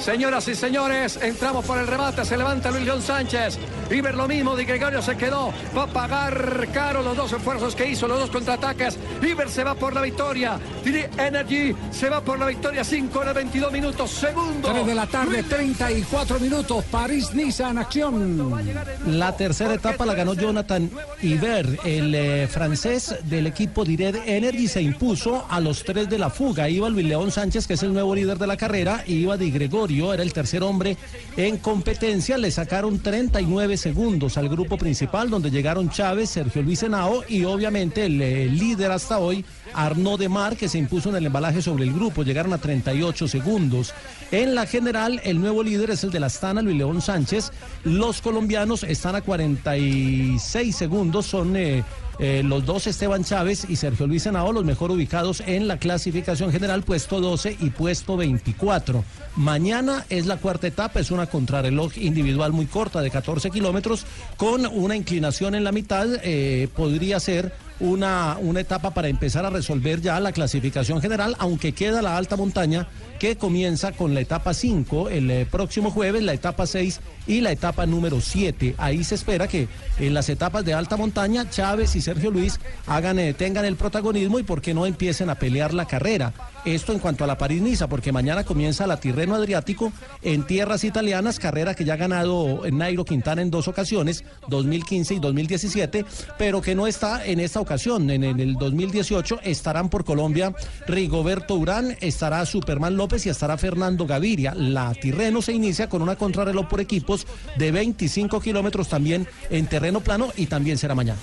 S3: Señoras y señores, entramos por el remate, se levanta Luis León Sánchez. River lo mismo, Di Gregorio se quedó. Va a pagar caro los dos esfuerzos que hizo, los dos contraataques. River se va por la victoria. Didi Energy se va por la victoria. 5 horas 22 minutos, segundo.
S5: 3 de la tarde, 34 minutos, París-Niza en acción.
S12: La tercera etapa la ganó Jonathan Iber, el eh, francés del equipo Direct Energy se impuso a los tres de la fuga. Iba Luis León Sánchez, que es el nuevo líder de la carrera, y iba Di Gregorio, era el tercer hombre en competencia. Le sacaron 39 segundos al grupo principal, donde llegaron Chávez, Sergio Luis Henao y obviamente el eh, líder hasta hoy, Arnaud de Mar, que se impuso en el embalaje sobre el grupo. Llegaron a 38 segundos. En la general, el nuevo líder es el de la Astana, Luis León Sánchez. Los colombianos están a 46 segundos. Son eh, eh, los dos Esteban Chávez y Sergio Luis Henao los mejor ubicados en la clasificación general, puesto 12 y puesto 24. Mañana es la cuarta etapa, es una contrarreloj individual muy corta de 14 kilómetros, con una inclinación en la mitad, eh, podría ser una, una etapa para empezar a resolver ya la clasificación general, aunque queda la alta montaña que comienza con la etapa 5 el eh, próximo jueves, la etapa 6 y la etapa número 7. Ahí se espera que en las etapas de alta montaña Chávez y Sergio Luis hagan, eh, tengan el protagonismo y por qué no empiecen a pelear la carrera. Esto en cuanto a la París-Niza, porque mañana comienza la Tirreno Adriático en tierras italianas, carrera que ya ha ganado eh, Nairo Quintana en dos ocasiones, 2015 y 2017, pero que no está en esta ocasión. En, en el 2018 estarán por Colombia Rigoberto Urán, estará Superman López y estará Fernando Gaviria. La Tirreno se inicia con una contrarreloj por equipos de 25 kilómetros también en terreno plano y también será mañana.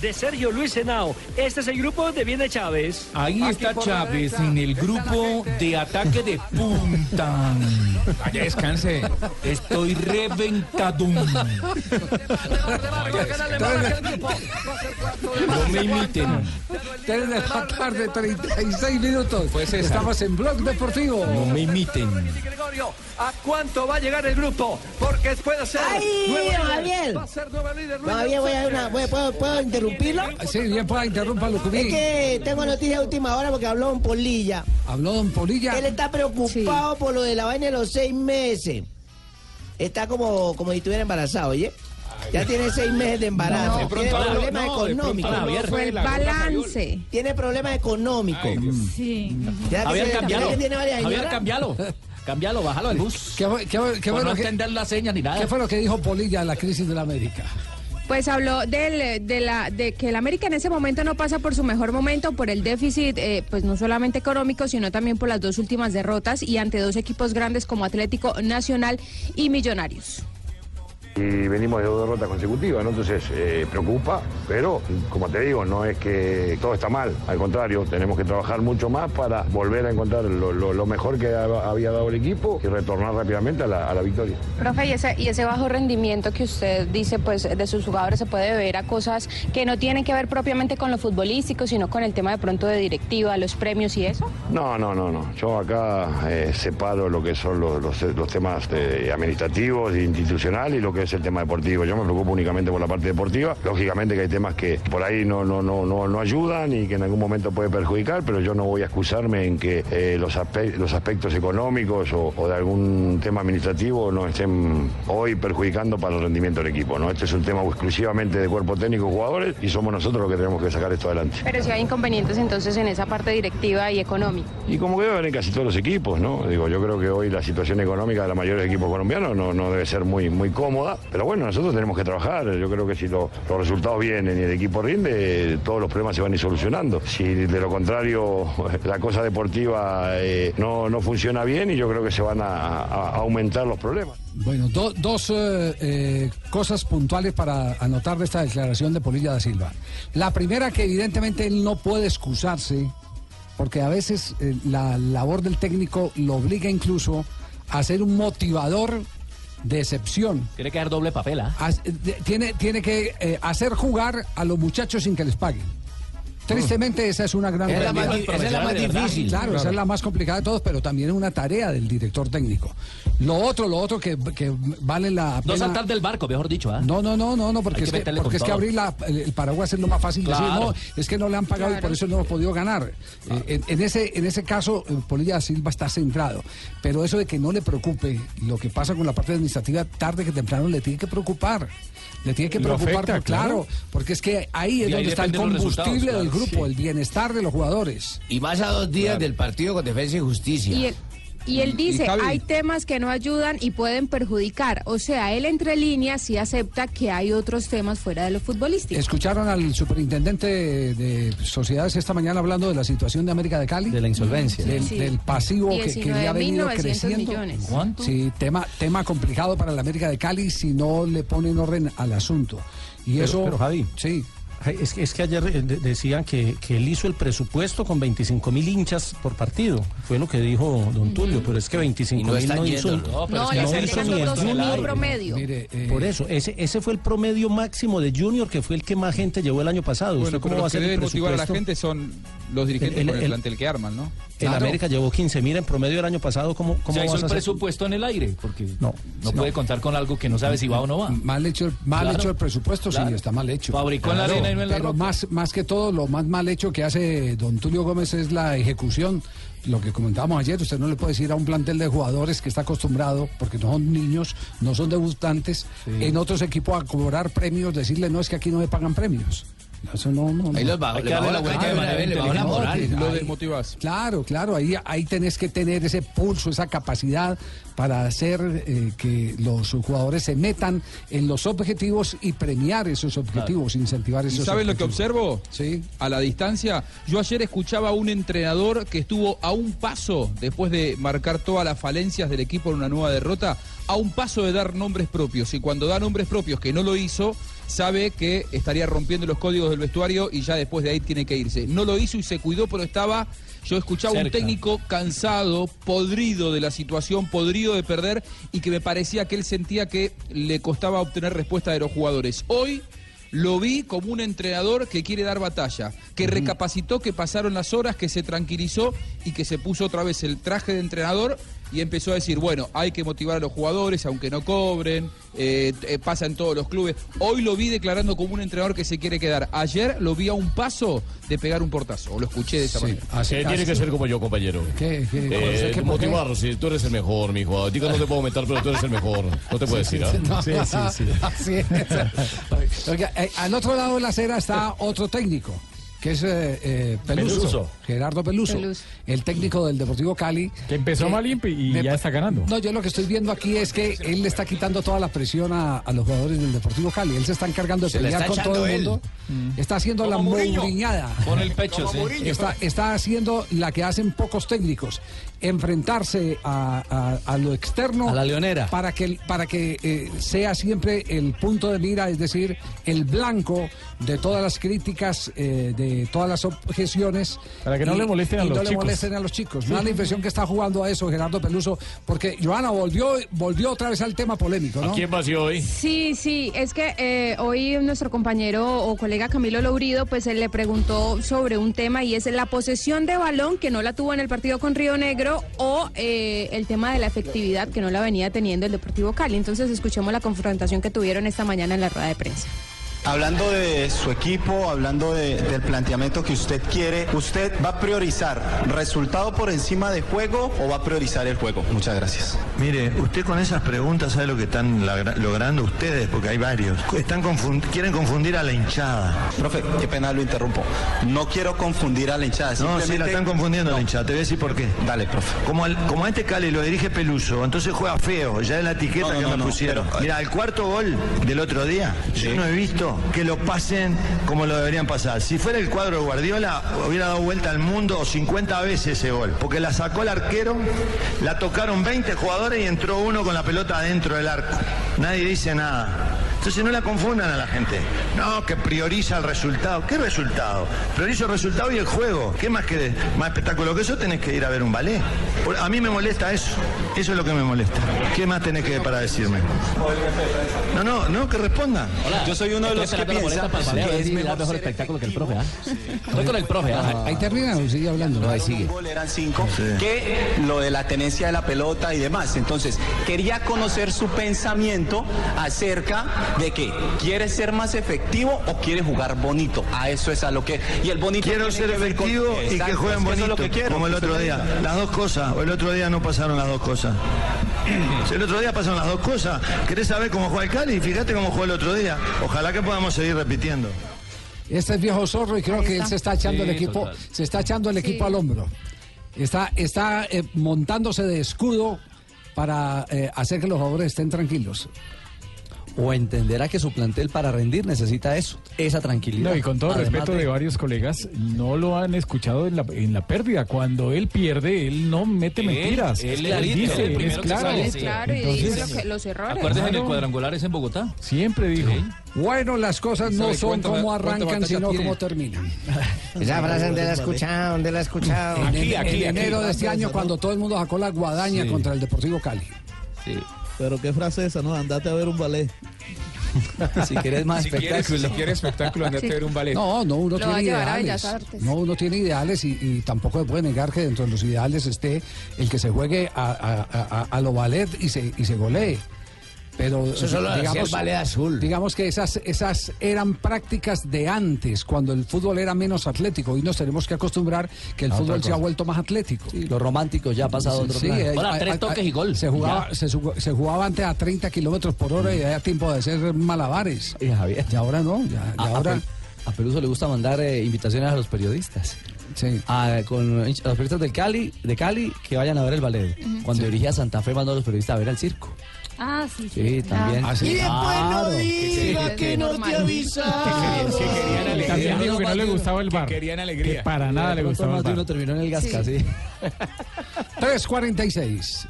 S34: de Sergio Luis Henao. Este es el grupo donde viene Chávez.
S22: Ahí está Chávez en el grupo de ataque de punta. Allá descanse. Estoy reventado.
S5: No me imiten. 3 de la tarde, 36 minutos. Estamos en Blog Deportivo. Pues No me imiten.
S3: Gregorio, ¿a cuánto va a llegar el grupo? Porque puede ser.
S6: ¡Ay,
S3: nuevo líder.
S6: Javier!
S3: Va a ser nuevo líder. Luis
S6: Todavía voy a hacer una. voy- ¿Puedo, puedo interrumpirlo?
S5: Sí, bien, pueda interrumpirlo.
S6: Es que tengo noticias de última hora porque habló Don Polilla.
S5: ¿Habló Don Polilla?
S6: Él está preocupado por lo de la vaina de los seis meses. Está como, como si estuviera embarazado, ¿oye? Ya tiene seis meses de
S5: No.
S6: embarazo.
S5: De
S6: tiene
S5: pronto habló-
S6: problemas
S5: no, de pronto
S6: económicos.
S5: habló Javier. Fue el
S6: balance. Tiene problemas económicos.
S7: Sí.
S6: Ya que
S34: Javier,
S6: se-
S34: cambialo.
S6: ya que tiene varias
S34: Javier,
S6: señoras.
S34: cambialo. Cambialo, bájalo al bus.
S5: ¿Qué,
S34: Por
S5: bueno
S34: no
S5: que-
S34: entender las señas ni nada.
S5: ¿Qué fue lo que dijo Polilla de la crisis de la América?
S18: Pues habló del, de, la, de que el América en ese momento no pasa por su mejor momento, por el déficit, eh, pues no solamente económico, sino también por las dos últimas derrotas y ante dos equipos grandes como Atlético Nacional y Millonarios.
S26: Y venimos de dos derrotas consecutivas, ¿no? Entonces, eh, preocupa, pero como te digo, no es que todo está mal. Al contrario, tenemos que trabajar mucho más para volver a encontrar lo, lo- lo mejor que ha- había dado el equipo y retornar rápidamente a la- a la victoria.
S18: Profe, y ese, y ese bajo rendimiento que usted dice pues de sus jugadores se puede deber a cosas que no tienen que ver propiamente con lo futbolístico, sino con el tema de pronto de directiva, los premios y eso.
S26: No, no, no, no. Yo acá eh, separo lo que son los, los- los temas eh, administrativos, institucionales y lo que es el tema deportivo. Yo me preocupo únicamente por la parte deportiva. Lógicamente que hay temas que por ahí no, no, no, no, no ayudan y que en algún momento puede perjudicar, pero yo no voy a excusarme en que eh, los, aspe- los aspectos económicos o, o de algún tema administrativo no estén hoy perjudicando para el rendimiento del equipo. ¿no? Este es un tema exclusivamente de cuerpo técnico, jugadores, y somos nosotros los que tenemos que sacar esto adelante.
S18: Pero si hay inconvenientes entonces en esa parte directiva y económica.
S26: Y como que en casi todos los equipos, ¿no? Digo, yo creo que hoy la situación económica de la mayoría de los equipos colombianos no, no debe ser muy, muy cómoda. Pero bueno, nosotros tenemos que trabajar. Yo creo que si lo- los resultados vienen y el equipo rinde, eh, todos los problemas se van a ir solucionando. Si de lo contrario la cosa deportiva eh, no, no funciona bien y yo creo que se van a- a- a aumentar los problemas.
S5: Bueno, do- dos eh, eh, cosas puntuales para anotar de esta declaración de Polilla da Silva. La primera, que evidentemente él no puede excusarse, porque a veces eh, la labor del técnico lo obliga incluso a ser un motivador de excepción.
S22: Tiene que dar doble papel, ¿ah?
S5: Haz- de- Tiene, tiene que eh, hacer jugar a los muchachos sin que les paguen. Tristemente esa es una gran
S13: Esa es la más
S5: realidad.
S13: di- esa es la más difícil.
S5: Claro, esa es la más complicada de todos, pero también es una tarea del director técnico. Lo otro, lo otro que, que vale la
S22: No
S5: pena-
S22: saltar del barco, mejor dicho, ¿ah?
S5: No, no, no, no, no, porque
S22: Hay que
S5: es que,
S22: meterle con
S5: porque es que
S22: todo.
S5: abrir la- el, el paraguas es lo más fácil.
S22: Claro.
S5: Decir, no, es que no le han pagado y
S22: Claro.
S5: por eso no hemos podido ganar. Eh, en, en ese, en ese caso, eh, Polilla da Silva está centrado. Pero eso de que no le preocupe lo que pasa con la parte administrativa, tarde que temprano le tiene que preocupar. Le tiene que
S35: Lo
S5: preocupar,
S35: afecta,
S5: por- claro,
S35: claro.
S5: porque es que ahí
S35: De
S5: es
S35: ahí
S5: donde está el
S35: dependen los
S5: combustible
S35: resultados,
S5: del
S35: claro,
S5: grupo, el bienestar de los jugadores.
S13: Y más a dos días del partido con Defensa y Justicia.
S3: Y él, y él dice,
S13: Javi.
S3: hay temas que no ayudan y pueden perjudicar. O sea, él entre líneas sí acepta que hay otros temas fuera de lo futbolístico.
S5: Escucharon al superintendente de sociedades esta mañana hablando de la situación de América de Cali. De la
S1: insolvencia.
S5: Del,
S1: Sí.
S5: del pasivo que, que le ha venido
S3: 19.900
S5: creciendo.
S3: millones.
S22: ¿Cuánto?
S5: Sí, tema, tema complicado para la América de Cali si no le ponen orden al asunto. Y
S12: Pero-
S5: eso.
S12: pero, Javi,
S5: sí.
S12: Es, es que ayer eh, de- decían que, que él hizo el presupuesto con 25 mil hinchas por partido. Fue lo que dijo don Tulio, pero es que 25
S13: Y no
S12: mil no,
S13: están
S12: hizo.
S13: yendo, ¿no?
S3: No, le están llegando
S12: ni el
S3: 12.000
S12: Junior.
S3: promedio.
S5: Mire, eh,
S12: Por eso, ese, ese fue el promedio máximo de Junior, que fue el que más gente llevó el año pasado. ¿Usted
S1: Bueno, pero
S12: cómo va a
S1: los que
S12: ser el
S1: deben motivar a la
S12: presupuesto?
S1: gente son los dirigentes
S12: El- el-
S1: con el,
S12: el-
S1: plantel que arman, ¿no?
S12: El
S1: Claro.
S12: América llevó 15 mil en promedio el año pasado. ¿Cómo, cómo
S1: Ya
S22: Ya
S12: vas
S22: hizo el
S12: a hacer?
S22: presupuesto en el aire, porque no,
S12: No,
S22: no puede contar con algo que no sabe si va o no va.
S5: Mal hecho, el- mal
S22: Claro.
S5: hecho el presupuesto, sí,
S22: Claro.
S5: está mal hecho.
S22: Fabricó en la arena y no en la
S5: Pero
S22: roca.
S5: más, más que todo, lo más mal hecho que hace don Tulio Gómez es la ejecución. Lo que comentábamos ayer, usted no le puede decir a un plantel de jugadores que está acostumbrado, porque no son niños, no son debutantes, en otros equipos a cobrar premios, decirle no es que aquí no me pagan premios. No, Eso no, no.
S13: Ahí
S5: no.
S13: los bajó- Hay que le darle bajó la la vuelta de caña, manera le bajó la
S5: No,
S13: moral.
S5: que-
S13: Lo
S5: ahí-
S1: desmotivás.
S5: Claro, claro, ahí, ahí tenés que tener ese pulso, esa capacidad para hacer eh, que los jugadores se metan en los objetivos y premiar esos objetivos, incentivar
S1: ¿Y
S5: esos
S1: sabes lo que
S5: objetivos.
S1: observo?
S5: Sí.
S1: A la distancia, yo ayer escuchaba a un entrenador que estuvo a un paso, después de marcar todas las falencias del equipo en una nueva derrota, a un paso de dar nombres propios. Y cuando da nombres propios que no lo hizo, sabe que estaría rompiendo los códigos del vestuario y ya después de ahí tiene que irse. No lo hizo y se cuidó, pero estaba. Yo escuchaba un
S22: Cerca.
S1: técnico cansado, podrido de la situación, podrido de perder y que me parecía que él sentía que le costaba obtener respuesta de los jugadores. Hoy lo vi como un entrenador que quiere dar batalla, que recapacitó, que pasaron las horas, que se tranquilizó y que se puso otra vez el traje de entrenador y empezó a decir, bueno, hay que motivar a los jugadores, aunque no cobren, eh, t- eh, pasa en todos los clubes. Hoy lo vi declarando como un entrenador que se quiere quedar. Ayer lo vi a un paso de pegar un portazo, o lo escuché de esa manera.
S19: Eh, tiene que ser como yo, compañero.
S5: ¿Qué? ¿Qué?
S19: Eh,
S5: ¿Qué? ¿Por qué?
S19: motivar, sí, tú eres el mejor, mi hijo. Digo, no te puedo aumentar, pero tú eres el mejor. No te puedes ir, ¿ah?
S5: Sí, sí, sí. Así es. Oiga, eh, al otro lado de la acera está otro técnico que es eh, eh, Peluso,
S13: Peluso.
S5: Gerardo Peluso,
S13: Peluso.
S5: el técnico del Deportivo Cali.
S13: Que empezó mal y- y
S5: me
S13: ya
S5: pa-
S13: está ganando.
S5: No, yo lo que estoy viendo aquí es que él le está quitando toda la presión a, a los jugadores del Deportivo Cali. Él se está encargando de
S3: Se la
S5: pelear
S3: está
S5: con
S3: echando
S5: todo el
S3: él. Mm.
S5: mundo. Está haciendo la mourinhada.
S36: Con el pecho, sí.
S5: Está, está haciendo la que hacen pocos técnicos, enfrentarse a, a- a lo externo.
S3: A la leonera.
S5: Para que, el- para que eh, sea siempre el punto de mira, es decir, el blanco de todas las críticas, eh, de todas las objeciones.
S13: Para que no le molesten a
S5: y
S13: los
S5: no le
S13: chicos.
S5: molesten a los chicos. Me da la impresión que está jugando a eso Gerardo Peluso, porque Joana volvió, volvió otra vez al tema polémico, ¿no?
S19: ¿Quién vació hoy?
S18: Sí, sí, es que eh, hoy nuestro compañero o colega Camilo Lourido, pues él le preguntó sobre un tema y es la posesión de balón que no la tuvo en el partido con Río Negro o eh, el tema de la efectividad que no la venía teniendo el Deportivo Cali. Entonces escuchemos la confrontación que tuvieron esta mañana en la rueda de prensa.
S27: Hablando de su equipo, hablando de- del planteamiento que usted quiere, ¿usted va a priorizar resultado por encima de juego o va a priorizar el juego? Muchas gracias.
S28: Mire, usted con esas preguntas sabe lo que están lagra- logrando ustedes, porque hay varios. Están confund- quieren confundir a la hinchada.
S27: Profe, qué pena lo interrumpo. No quiero confundir a la hinchada.
S28: No, sí, la están confundiendo a la hinchada. Te voy a decir por qué.
S27: Dale, profe.
S28: Como, al- como a este Cali lo dirige Peluso, entonces juega feo. Ya es la etiqueta
S27: No, no,
S28: que
S27: no,
S28: me
S27: no,
S28: pusieron.
S27: pero-
S28: Mira, el cuarto gol del otro día, yo no he visto que lo pasen como lo deberían pasar. Si fuera el cuadro de Guardiola, hubiera dado vuelta al mundo 50 veces ese gol. Porque la sacó el arquero, la tocaron 20 jugadores y entró uno con la pelota dentro del arco. Nadie dice nada. Entonces no la confundan a la gente. No, que prioriza el resultado. ¿Qué resultado? Priorizo el resultado y el juego. ¿Qué más que más espectáculo que eso tenés que ir a ver un ballet? Por- A mí me molesta eso. Eso es lo que me molesta. ¿Qué más tenés que para decirme? No, no, no, que responda.
S19: Yo soy uno de los que piensa que es mejor,
S3: espectáculo que el profe. Voy con el profe.
S5: Ah. Ahí termina, sigue hablando.
S27: ahí sigue. eran cinco, que eh, lo de la tenencia de la pelota y demás. Entonces, quería conocer su pensamiento acerca de que quiere ser más efectivo o quiere jugar bonito. A eso es a lo que. Y el bonito.
S28: Quiero
S27: tiene
S28: ser
S27: que ver con-
S28: efectivo y
S27: Exacto,
S28: que jueguen
S27: es eso
S28: bonito,
S27: es lo que quiero.
S28: como el
S27: Usted
S28: otro
S27: lo
S28: día.
S27: diga.
S28: Las dos cosas, o el otro día no pasaron las dos cosas. Si el otro día pasaron las dos cosas, ¿querés saber cómo juega el Cali? Fíjate cómo jugó el otro día. Ojalá que podamos seguir repitiendo.
S5: Este es viejo zorro y creo
S28: Ahí
S5: que él
S28: está.
S5: se está echando
S28: Sí,
S5: el equipo,
S28: total.
S5: se está echando el equipo al hombro. Está, está eh, montándose de escudo para eh, hacer que los jugadores estén tranquilos.
S3: O entenderá que su plantel para rendir necesita eso, esa tranquilidad.
S13: No, y con todo
S3: Además
S13: respeto de varios colegas, no lo han escuchado en la, en la pérdida. Cuando él pierde, él no mete
S36: Él-
S13: mentiras.
S36: él es clarito,
S13: dice,
S36: el
S13: es
S36: primero que
S13: claro.
S36: sale, sí.
S18: Claro, y dice lo que- los errores.
S36: Acuérdese en el
S5: Claro.
S36: cuadrangular es en Bogotá.
S13: Siempre dijo.
S5: Bueno, las cosas no
S36: ¿Sabe
S5: son
S36: cuánta-
S5: como
S36: cuánta
S5: arrancan,
S36: batalla
S5: sino
S36: tiene?
S5: como terminan.
S7: Esa frase donde la he escuchado, donde la he escuchado.
S5: En, en- en enero de este año, cuando todo el mundo sacó la guadaña contra el Deportivo Cali.
S17: Pero qué frase esa, ¿no? Andate a ver un ballet.
S3: Si quieres más
S5: Si quieres- espectáculo. si quieres
S37: espectáculo,
S5: andate a ver un ballet. No, no, uno
S18: Lo va a
S5: tiene
S18: llevar a Bellas
S5: ideales.
S18: Artes.
S5: No, uno tiene ideales y, y tampoco se puede negar que dentro de los ideales esté el que se juegue a, a- a- a- a lo ballet y se, y se golee. Pero
S38: Eso solo hacía el ballet
S5: azul. digamos que esas, esas eran prácticas de antes, cuando el fútbol era menos atlético. Hoy nos tenemos que acostumbrar que el
S3: A otra
S5: fútbol se ha
S3: cosa.
S5: vuelto más atlético.
S3: Lo romántico ya ha pasado a otro
S5: Sí,
S3: plano.
S5: eh, eh, eh, Se jugaba, se, su- se jugaba antes a 30 kilómetros por hora y había tiempo de hacer malabares.
S3: Y Javier.
S5: ahora no, ya, ya
S3: A, a
S5: ahora.
S3: Pel- Ah, a Peluso le gusta mandar eh, invitaciones a los periodistas. A, con, a los periodistas del Cali, de Cali que vayan a ver el ballet.
S39: Ujú.
S3: Cuando dirigía Santa Fe mandó a los periodistas a ver al circo.
S39: Ah, sí.
S3: Sí, también.
S39: Ah,
S3: sí. Claro.
S7: diga que no te avisaba.
S13: Y También dijo que no le gustaba el bar. Que querían alegría. para nada le gustaba el
S3: más de uno
S13: bar.
S3: terminó en el Gasca, sí.
S5: 3.46.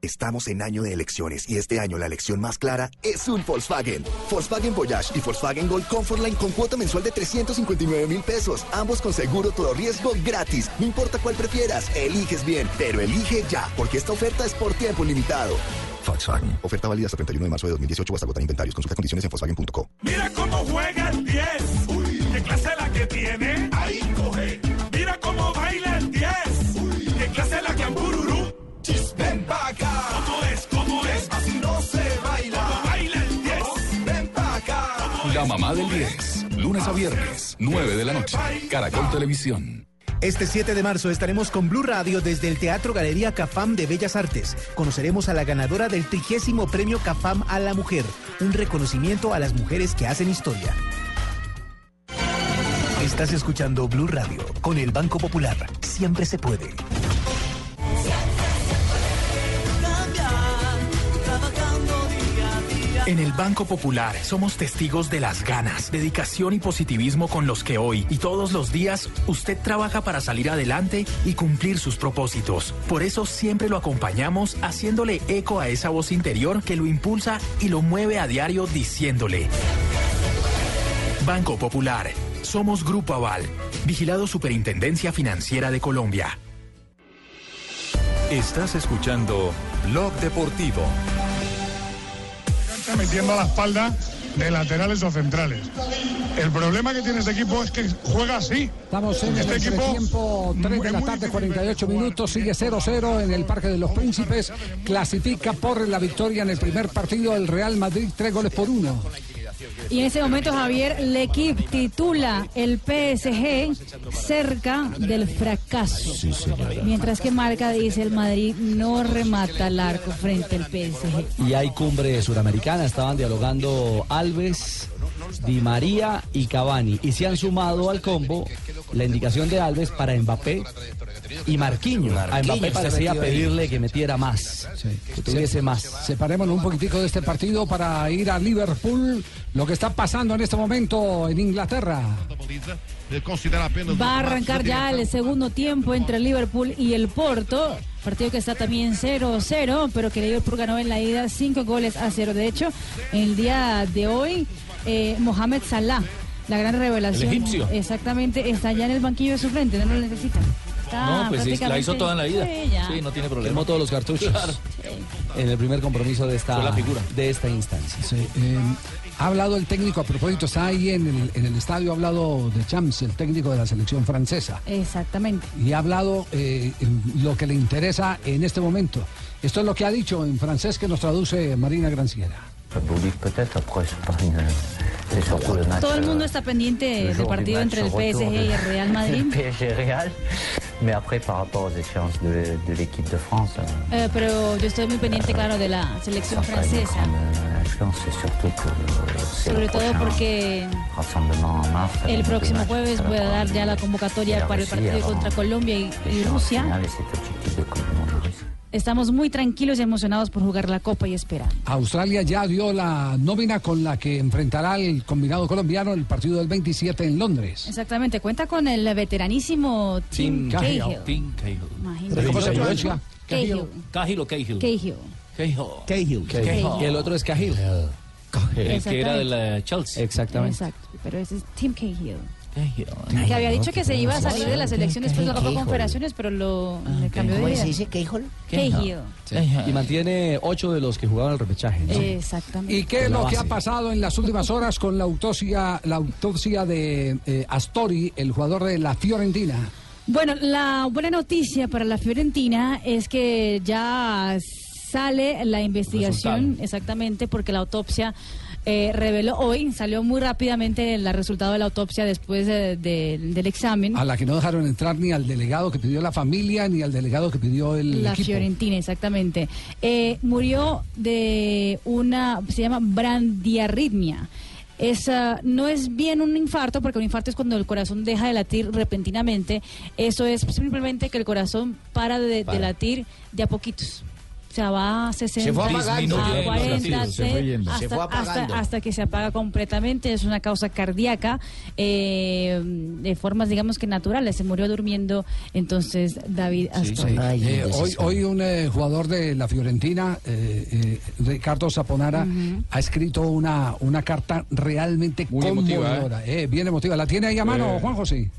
S40: Estamos en año de elecciones y este año la elección más clara es un Volkswagen. Volkswagen Voyage y Volkswagen Gol Comfortline con cuota mensual de 359 mil pesos. Ambos con seguro todo riesgo gratis. No importa cuál prefieras, eliges bien, pero elige ya, porque esta oferta es por tiempo limitado. Volkswagen. Oferta válida hasta 31 de marzo de 2018 hasta agotar inventarios. Consulta condiciones en Volkswagen.co.
S11: Mira cómo juega el 10. Qué clase la que tiene. Ahí coge. Mira cómo baila el 10. Qué clase la que ambururú. Chis, ven pa' acá. ¿Cómo es? ¿Cómo es? Así no se baila. ¿Cómo baila el 10? Ven pa' acá.
S22: La mamá del 10. Lunes a viernes, 9 de la noche. Caracol Televisión.
S4: Este 7 de marzo estaremos con Blue Radio desde el Teatro Galería Cafam de Bellas Artes. Conoceremos a la ganadora del trigésimo premio Cafam a la mujer, un reconocimiento a las mujeres que hacen historia. Estás escuchando Blue Radio con el Banco Popular. Siempre se puede.
S11: En el Banco Popular somos testigos de las ganas, dedicación y positivismo con los que hoy y todos los días usted trabaja para salir adelante y cumplir sus propósitos. Por eso siempre lo acompañamos haciéndole eco a esa voz interior que lo impulsa y lo mueve a diario diciéndole. Banco Popular, somos Grupo Aval, vigilado Superintendencia Financiera de Colombia.
S8: Estás escuchando Blog Deportivo.
S19: está metiendo a la espalda de laterales o centrales. El problema que tiene este equipo es que juega así.
S5: Estamos en
S19: este
S5: el tiempo 3 de la tarde, 48 minutos, sigue 0-0 en el Parque de los Príncipes, clasifica por la victoria en el primer partido del Real Madrid, tres goles por uno.
S7: Y en ese momento, Javier, Lequip titula el PSG cerca del fracaso. Mientras que Marca dice el Madrid no remata el arco frente al PSG.
S3: Y hay cumbre suramericana, estaban dialogando Alves, Di María y Cavani. Y se han sumado al combo la indicación de Alves para Mbappé y Marquinhos. A Mbappé
S5: Marquinhos
S3: parecía
S5: se metió ahí.
S3: pedirle que metiera más, que tuviese más.
S5: Separémonos un poquitico de este partido para ir a Liverpool, lo que está pasando en este momento en Inglaterra.
S7: Va a arrancar ya el segundo tiempo entre el Liverpool y el Porto. Partido que está también 0-0, pero que Liverpool ganó en la ida 5 goles a 0. De hecho, el día de hoy, eh, Mohamed Salah, la gran revelación.
S22: El egipcio.
S7: Exactamente, está ya en el banquillo de su frente, no lo necesita. Está
S3: No, pues sí, la hizo
S7: Ah, prácticamente-
S3: toda en la vida.
S7: Sí, ya.
S3: no tiene problema. Quemó todos los cartuchos
S5: Claro.
S3: en el primer compromiso de esta,
S5: Fue la figura.
S3: De esta instancia.
S5: Eh, ha hablado el técnico, a propósito, está ahí en el, en el estadio, ha hablado de Champs, el técnico de la selección francesa.
S7: Exactamente.
S5: y ha hablado eh, en lo que le interesa en este momento. Esto es lo que ha dicho en francés que nos traduce Marina Granciera.
S7: Todo el mundo está pendiente del partido entre el PSG y el Real Madrid.
S14: PSG Real, mais après par rapport aux échéances de, de l'équipe de France, euh,
S7: Eh, pero yo estoy muy pendiente, claro, de la selección
S14: ça sera une
S7: francesa.
S14: grande, euh, influence et surtout que euh, c'est le
S7: Sobre todo
S14: prochain
S7: porque
S14: rassemblement en mars. avec
S7: el
S14: deux
S7: próximo
S14: matchs,
S7: jueves
S14: ça va
S7: voy a
S14: prendre
S7: dar ya la
S14: Et
S7: convocatoria
S14: la
S7: para el
S14: Russie
S7: partido
S14: avant
S7: contra Colombia y, y
S14: l'échéance
S7: Rusia.
S14: finale et cet objectif de Coupe du Monde russe.
S7: Estamos muy tranquilos y emocionados por jugar la Copa y esperar.
S5: Australia ya dio la nómina con la que enfrentará el combinado colombiano el partido del 27 en Londres.
S7: Exactamente, cuenta con el veteranísimo Tim Cahill.
S22: Tim Cahill.
S7: Imagínate.
S5: ¿Cómo se llama?
S3: Cahill.
S7: Cahill.
S22: Cahill o Cahill.
S7: Cahill.
S22: Cahill.
S3: Y el otro es Cahill.
S22: El que era de la Chelsea.
S3: Exactamente.
S7: Exacto, pero ese es Tim Cahill. Que había dicho que se iba a salir de la selección después de la Copa
S3: Cahill.
S7: Confederaciones, pero lo
S6: Ah,
S7: le cambió de
S3: ¿Cómo
S7: idea.
S3: se
S7: dice Cahill? Cahill.
S3: Sí. Y mantiene ocho de los que jugaban el repechaje. ¿no?
S7: Exactamente.
S5: ¿Y qué es lo que ha pasado en las últimas horas con la autopsia, la autopsia de eh, Astori, el jugador de la Fiorentina?
S7: Bueno, la buena noticia para la Fiorentina es que ya sale la investigación, exactamente, porque la autopsia eh, reveló hoy, salió muy rápidamente el resultado de la autopsia después de- de- del examen.
S5: A la que no dejaron entrar ni al delegado que pidió la familia, ni al delegado que pidió el
S7: La
S5: equipo.
S7: Fiorentina, exactamente. Eh, murió de una, se llama brandiarritmia. Esa no es bien un infarto, porque un infarto es cuando el corazón deja de latir repentinamente. Eso es simplemente que el corazón para de, de
S24: Para.
S7: latir de a poquitos. O sea, va a 60,
S24: Se fue apagando.
S7: a
S24: Disminuye
S7: 40,
S24: los latidos, se fue yendo. Se
S7: hasta,
S24: fue apagando.
S7: hasta- hasta que se apaga completamente. Es una causa cardíaca eh, de formas, digamos que naturales. Se murió durmiendo entonces David Astor.
S5: Eh, hoy, hoy un eh, jugador de la Fiorentina, eh, eh, Ricardo Saponara,
S7: Ujú.
S5: ha escrito una, una carta realmente
S20: Muy emotiva,
S5: conmovedora. eh, bien emotiva. ¿La tiene ahí a mano,
S20: Eh,
S5: Juan José?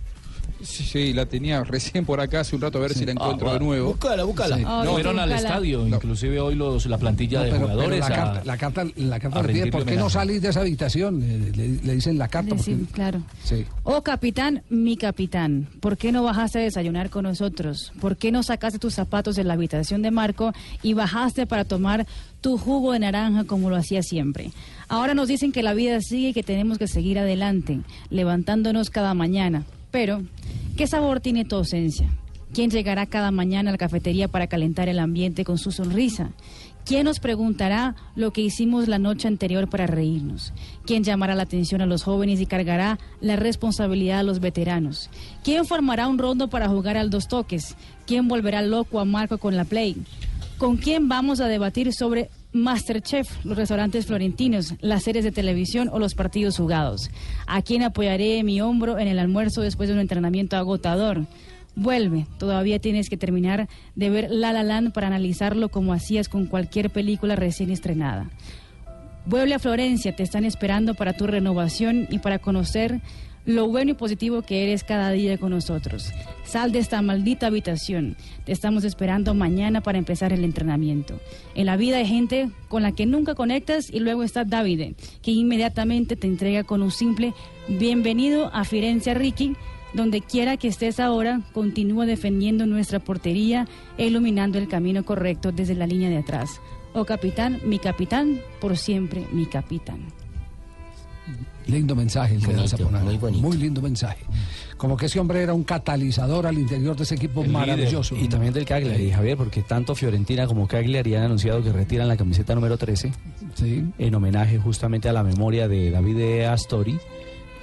S20: Sí, sí, la tenía recién por acá hace un rato, a ver si la
S22: Ah,
S20: encuentro
S22: va.
S20: de nuevo.
S22: Búscala, búscala.
S20: Sí.
S22: No, fueron al estadio, inclusive hoy los, la plantilla
S5: No,
S22: de
S5: pero- pero
S22: jugadores.
S5: la,
S22: a-
S5: carta, la carta, la carta
S22: a
S5: le pide,
S22: rendirle
S5: ¿por qué no
S22: homenaje.
S5: salís de esa habitación? Eh, Le, le dicen la carta. porque-
S7: Sí, claro.
S5: sí.
S7: Oh capitán, mi capitán, ¿por qué no bajaste a desayunar con nosotros? ¿Por qué no sacaste tus zapatos de la habitación de Marco y bajaste para tomar tu jugo de naranja como lo hacía siempre? Ahora nos dicen que la vida sigue y que tenemos que seguir adelante, levantándonos cada mañana. Pero, ¿Qué sabor tiene tu ausencia? ¿Quién llegará cada mañana a la cafetería para calentar el ambiente con su sonrisa? ¿Quién nos preguntará lo que hicimos la noche anterior para reírnos? ¿Quién llamará la atención a los jóvenes y cargará la responsabilidad a los veteranos? ¿Quién formará un rondo para jugar al dos toques? ¿Quién volverá loco a Marco con la play? ¿Con quién vamos a debatir sobre Masterchef, los restaurantes florentinos, las series de televisión o los partidos jugados? ¿A quién apoyaré mi hombro en el almuerzo después de un entrenamiento agotador? Vuelve, todavía tienes que terminar de ver La La Land para analizarlo como hacías con cualquier película recién estrenada. Vuelve a Florencia, te están esperando para tu renovación y para conocer lo bueno y positivo que eres cada día con nosotros. Sal de esta maldita habitación, te estamos esperando mañana para empezar el entrenamiento. En la vida hay gente con la que nunca conectas y luego está Davide, que inmediatamente te entrega con un simple bienvenido a Firenze Ricky. Donde quiera que estés ahora, continúa defendiendo nuestra portería e iluminando el camino correcto desde la línea de atrás. Oh capitán, mi capitán, por siempre mi capitán.
S5: Lindo mensaje el que da Saponara. Muy, lindo mensaje. Como que ese hombre era un catalizador al interior de ese equipo
S3: El líder.
S5: maravilloso.
S3: Y también del Cagliari, Javier, porque tanto Fiorentina como Cagliari han anunciado que retiran la camiseta número 13 en homenaje justamente a la memoria de David Astori.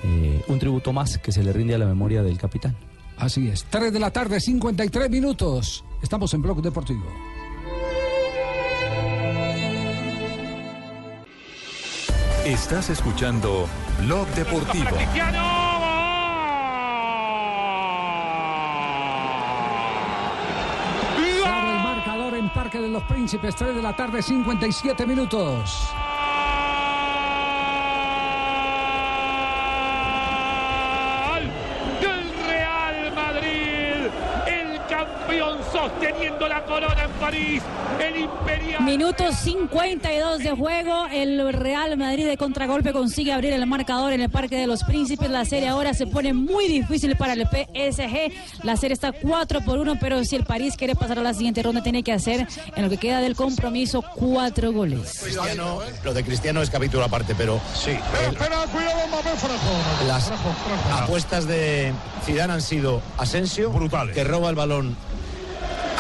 S3: eh, un tributo más que se le rinde a la memoria del capitán.
S5: Así es. 3 de la tarde, 53 minutos. Estamos en Blog Deportivo.
S20: Estás escuchando Blog Deportivo.
S5: Abre el marcador en Parque de los Príncipes, 3 de la tarde, 57 minutos.
S11: del Real Madrid, el campeón sosteniendo la corona en París, el imperial.
S7: Minuto 52 de juego. El Real Madrid de contragolpe consigue abrir el marcador en el Parque de los Príncipes. La serie ahora se pone muy difícil para el PSG. La serie está 4 por 1, pero si el París quiere pasar a la siguiente ronda, tiene que hacer en lo que queda del compromiso 4 goles.
S12: Cristiano, lo de Cristiano es capítulo aparte, pero eh, sí.
S8: Espera, cuidado, Mbappé, frajo.
S12: Las
S8: Frajo, frajo.
S3: Ah,
S12: apuestas de Zidane han sido Asensio, que roba el balón,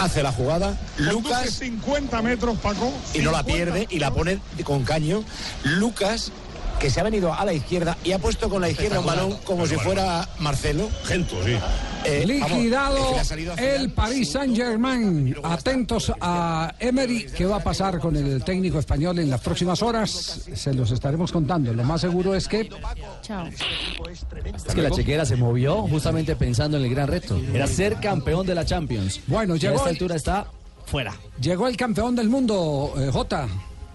S12: hace la jugada,
S8: Conduce
S12: Lucas
S8: 50 metros, Paco.
S12: y no la
S8: 50.
S12: pierde y la pone con caño, Lucas que se ha venido a la izquierda y ha puesto con la izquierda un balón como si fuera Marcelo. Eh, Gento, sí.
S26: Eh,
S5: Liquidado el París Saint Germain. Atentos a Emery, qué va a pasar con el técnico español en las próximas horas. Se los estaremos contando. Lo más seguro es que
S7: Chao.
S3: Es que la chequera se movió justamente pensando en el gran reto. Era ser campeón de la Champions.
S5: Bueno,
S3: ya a
S5: llegó
S3: esta
S5: el-
S3: altura está fuera.
S5: llegó el campeón del mundo, eh, Jota.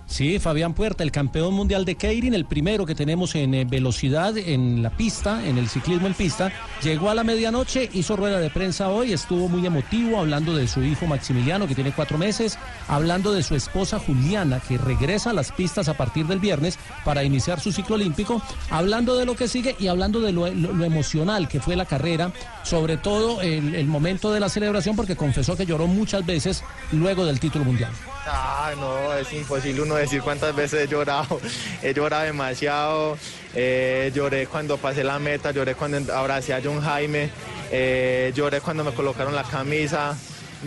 S12: Sí, Fabián Puerta, el campeón mundial de Keirin, el primero que tenemos en eh, velocidad en la pista, en el ciclismo en pista, llegó a la medianoche, hizo rueda de prensa hoy, estuvo muy emotivo hablando de su hijo Maximiliano, que tiene cuatro meses, hablando de su esposa Juliana, que regresa a las pistas a partir del viernes para iniciar su ciclo olímpico, hablando de lo que sigue y hablando de lo, lo- lo emocional que fue la carrera, sobre todo el- el momento de la celebración, porque confesó que lloró muchas veces luego del título mundial.
S25: Ah, no, es imposible uno decir cuántas veces he llorado. He llorado demasiado. eh, lloré cuando pasé la meta, lloré cuando abracé a John Jaime, eh, lloré cuando me colocaron la camisa.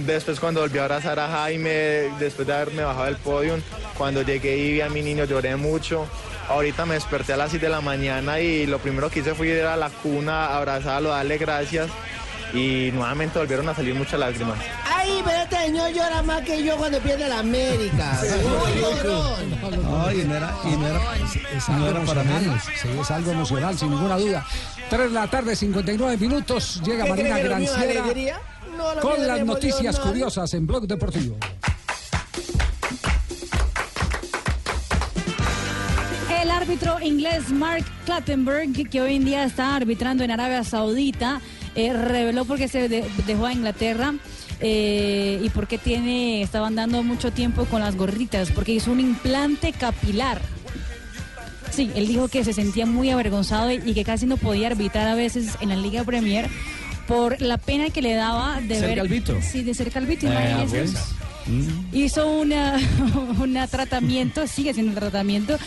S25: Después cuando volví a abrazar a Jaime, después de haberme bajado del podio, cuando llegué y vi a mi niño lloré mucho. Ahorita me desperté a las 6 de la mañana y lo primero que hice fue ir a la cuna, abrazarlo, darle gracias y nuevamente volvieron a salir muchas lágrimas.
S6: Ay, pero este señor llora más que yo cuando pierde la América.
S3: Ay, no era, y no era,
S5: Es algo emocional, sí, es algo emocional, sin ninguna duda. 3 de la tarde, 59 minutos. Llega
S6: ¿Qué cree
S5: Marina
S6: que lo mío es
S5: Granciera
S6: alegría? No, lo mío
S5: con
S6: es
S5: las noticias
S6: emocional.
S5: curiosas en Blog Deportivo.
S7: El árbitro inglés Mark Clattenburg, que hoy en día está arbitrando en Arabia Saudita, eh, reveló por qué se de- dejó a Inglaterra eh, y por qué tiene, estaban dando mucho tiempo con las gorritas, porque hizo un implante capilar. Sí, él dijo que se sentía muy avergonzado y, y que casi no podía arbitrar a veces en la Liga Premier por la pena que le daba de
S3: Ser
S7: ver...
S3: calvito.
S7: Sí, de ser calvito,
S3: Eh,
S7: imagínese.
S3: pues.
S7: hizo una, una tratamiento, sigue siendo un tratamiento,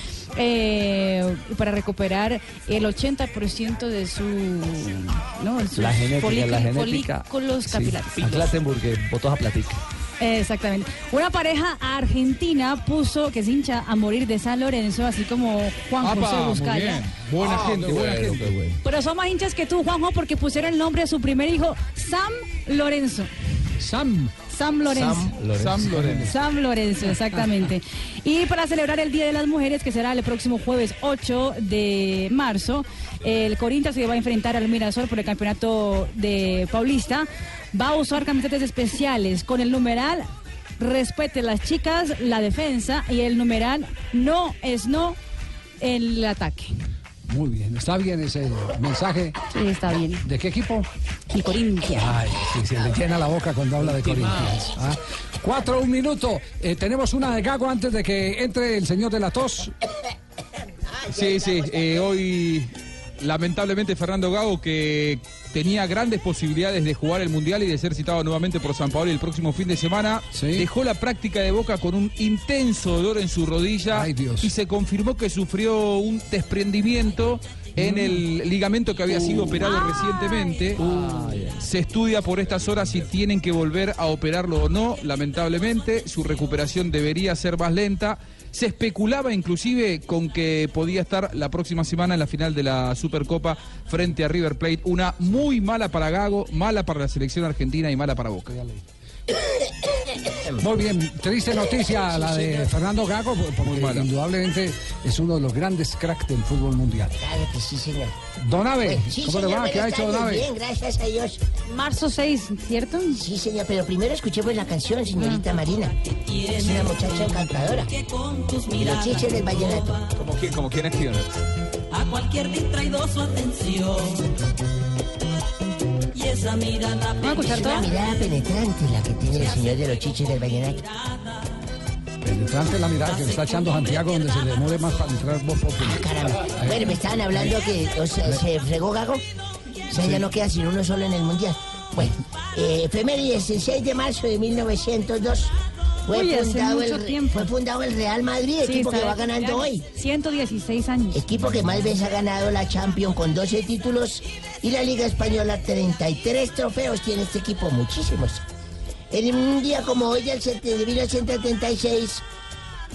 S7: eh, para recuperar el 80% de su, ¿no? sus
S3: La genética, la
S7: folículos-
S3: genética.
S7: folículos
S3: Sí.
S7: capilares.
S3: A Clattenburg, eh, botó a platica.
S7: Exactamente. Una pareja argentina puso que se hincha a morir de San Lorenzo, así como Juan José Buscaya.
S1: Buena
S3: Ah,
S1: gente,
S3: qué
S1: buena
S3: bueno,
S1: gente.
S3: qué bueno.
S7: Pero son más hinchas que tú, Juanjo, porque pusieron el nombre de su primer hijo, Sam Lorenzo.
S1: Sam.
S7: Sam Lorenzo.
S1: Sam Lorenzo. Sam Lorenzo.
S7: Sam Lorenzo, exactamente. Y para celebrar el Día de las Mujeres, que será el próximo jueves 8 de marzo, el Corinthians se va a enfrentar al Mirasol por el campeonato de Paulista. Va a usar camisetas especiales con el numeral Respete las chicas, la defensa y el numeral No es no el ataque.
S5: Muy bien, está bien ese mensaje.
S7: Sí, está bien.
S5: ¿De qué equipo?
S7: El Corinthians.
S5: Ay, sí, se le llena la boca cuando habla de Corinthians. ¿ah? Cuatro, un minuto. Eh, tenemos una de Gago antes de que entre el señor de la tos.
S1: Sí, sí, eh, hoy lamentablemente Fernando Gago que tenía grandes posibilidades de jugar el Mundial y de ser citado nuevamente por San Paolo el próximo fin de semana, dejó la práctica de Boca con un intenso dolor en su rodilla y se confirmó que sufrió un desprendimiento en el ligamento que había sido operado recientemente. Se estudia por estas horas si tienen que volver a operarlo o no, lamentablemente. Su recuperación debería ser más lenta. Se especulaba inclusive con que podía estar la próxima semana en la final de la Supercopa frente a River Plate. Una muy mala para Gago, mala para la selección argentina y mala para Boca.
S5: Muy bien, triste noticia la de Fernando Gago, porque indudablemente es uno de los grandes cracks del fútbol mundial.
S6: sí, señor. Pues
S5: Don Abe,
S6: Sí,
S5: ¿cómo le
S6: señor,
S5: va? ¿Qué ha
S6: buenas
S5: hecho Don
S6: tardes.
S5: Abe?
S6: Bien, gracias a Dios.
S7: Marzo 6, ¿cierto? Ah.
S6: Sí, señor, pero primero escuchemos la canción, señorita Marina. Es una muchacha encantadora. Y los chiches del vallenato.
S1: Como quien, como quien es pionero.
S6: A cualquier distraído su atención. Y esa mirada. Vamos a escuchar todo. penetrante. Mirada penetrante la que tiene el señor de los chiches del vallenato.
S5: Penetrante la mirada que le está echando Santiago donde se le demore más para entrar vos Ah,
S6: caramba. Bueno, me estaban hablando que o sea, se fregó Gago. O sea, ya no queda sin uno solo en el Mundial. Bueno, eh, efemérides, el 6 de marzo de 1902 fue,
S7: Uy, hace
S6: fundado,
S7: mucho
S6: el, fue fundado el Real Madrid,
S7: Sí,
S6: equipo que
S7: está-
S6: va ganando hoy.
S7: 116 años.
S6: Equipo que más veces ha ganado la Champions con 12 títulos y la Liga Española 33 trofeos tiene este equipo, muchísimos. En un día como hoy, del 7 de 1976,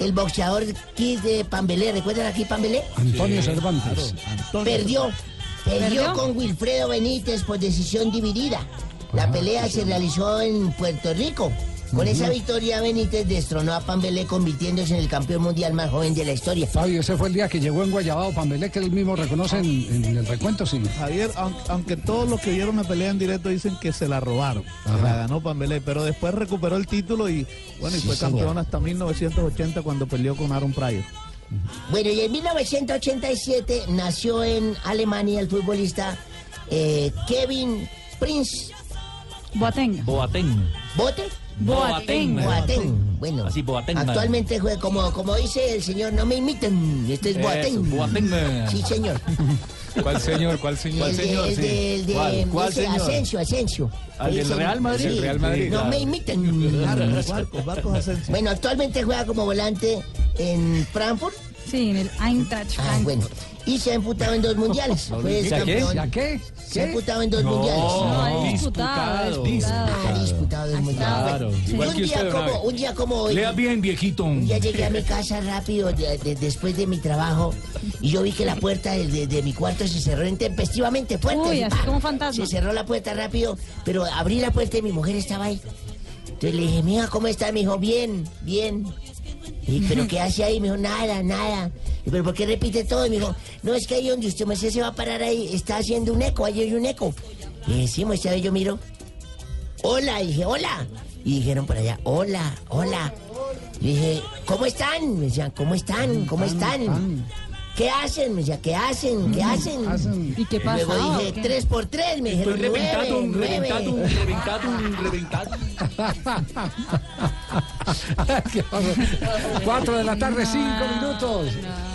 S6: el boxeador Kid de Pambelé, ¿recuerdan aquí Pambelé?
S5: Antonio Cervantes.
S6: Perdió, perdió.
S5: ¿Perdió?
S6: con Wilfredo Benítez por decisión dividida. La pelea se realizó en Puerto Rico. Con
S5: Ah, Ujú.
S6: esa victoria, Benítez destronó a Pambelé, convirtiéndose en el campeón mundial más joven de la historia.
S5: Fabio, ese fue el día que llegó en Guayabao Pambelé, que él mismo reconoce en, en el recuento, sí.
S17: Javier, aunque, aunque todos los que vieron la pelea en directo dicen que se la robaron, se la ganó Pambelé, pero después recuperó el título y bueno, y
S6: Sí,
S17: fue
S6: señor.
S17: campeón hasta 1980 cuando peleó con Aaron Pryor.
S6: Bueno, y en 1987 nació en Alemania el futbolista eh, Kevin Prince.
S7: Boateng.
S1: Boateng.
S6: ¿Bote?
S7: Boateng.
S6: Boateng. Bueno,
S1: Así Boateng.
S6: Actualmente juega como, como dice el señor, no me imiten. Este es
S1: Eso,
S6: Boateng.
S1: Boateng.
S6: Sí, señor.
S1: ¿Cuál señor? ¿Cuál señor?
S6: El de- el de- el de- ese Asensio, Asensio.
S1: Al
S6: Que
S1: del
S6: dicen,
S1: Real Madrid.
S6: sí,
S1: El Real Madrid,
S6: No
S1: claro.
S6: me imiten.
S17: Barcos, Barcos, Barcos Asensio.
S6: Bueno, actualmente juega como volante en Frankfurt.
S7: Sí, en el Eintracht
S6: Ah, bueno. Y se ha emputado en dos mundiales.
S5: No
S6: Fue
S5: diga. ¿Ya qué?
S6: campeón.
S5: ¿Ya qué?
S6: Se
S5: ¿Qué?
S6: ha emputado en dos
S5: No,
S6: mundiales.
S5: no, No, ha disputado, disputado. disputado.
S6: Ha disputado dos mundiales.
S1: Claro,
S6: Bueno,
S1: igual
S6: y
S1: que
S6: un, día
S1: usted, don
S6: como,
S1: Abel.
S6: un día como hoy,
S1: Lea bien, viejito.
S6: ya llegué a mi casa rápido de- de- después de mi trabajo y yo vi que la puerta de, de- de mi cuarto se cerró intempestivamente fuerte.
S7: Uy, así
S6: ¡Pam!
S7: como fantasma.
S6: Se cerró la puerta rápido, pero abrí la puerta y mi mujer estaba ahí. Entonces le dije, mija, ¿cómo está? Me dijo, bien, bien. Y, ¿Pero qué hace ahí? Me dijo, nada, nada. Y, ¿Pero por qué repite todo? Y me dijo, no, es que ahí donde usted me dice se va a parar ahí, está haciendo un eco, ahí hay un eco. Y dije, sí, muestra, yo miro. Hola, y dije, hola. Y dijeron por allá, hola, hola. Y dije, ¿cómo están? Me decían, ¿cómo están? ¿Cómo están? ¿Qué hacen? Me decían, ¿qué hacen? ¿Qué hacen?
S7: ¿Y qué pasa?
S6: Luego dije, tres por tres, me dijeron, nueve, nueve.
S5: Cuatro de la tarde, cinco minutos.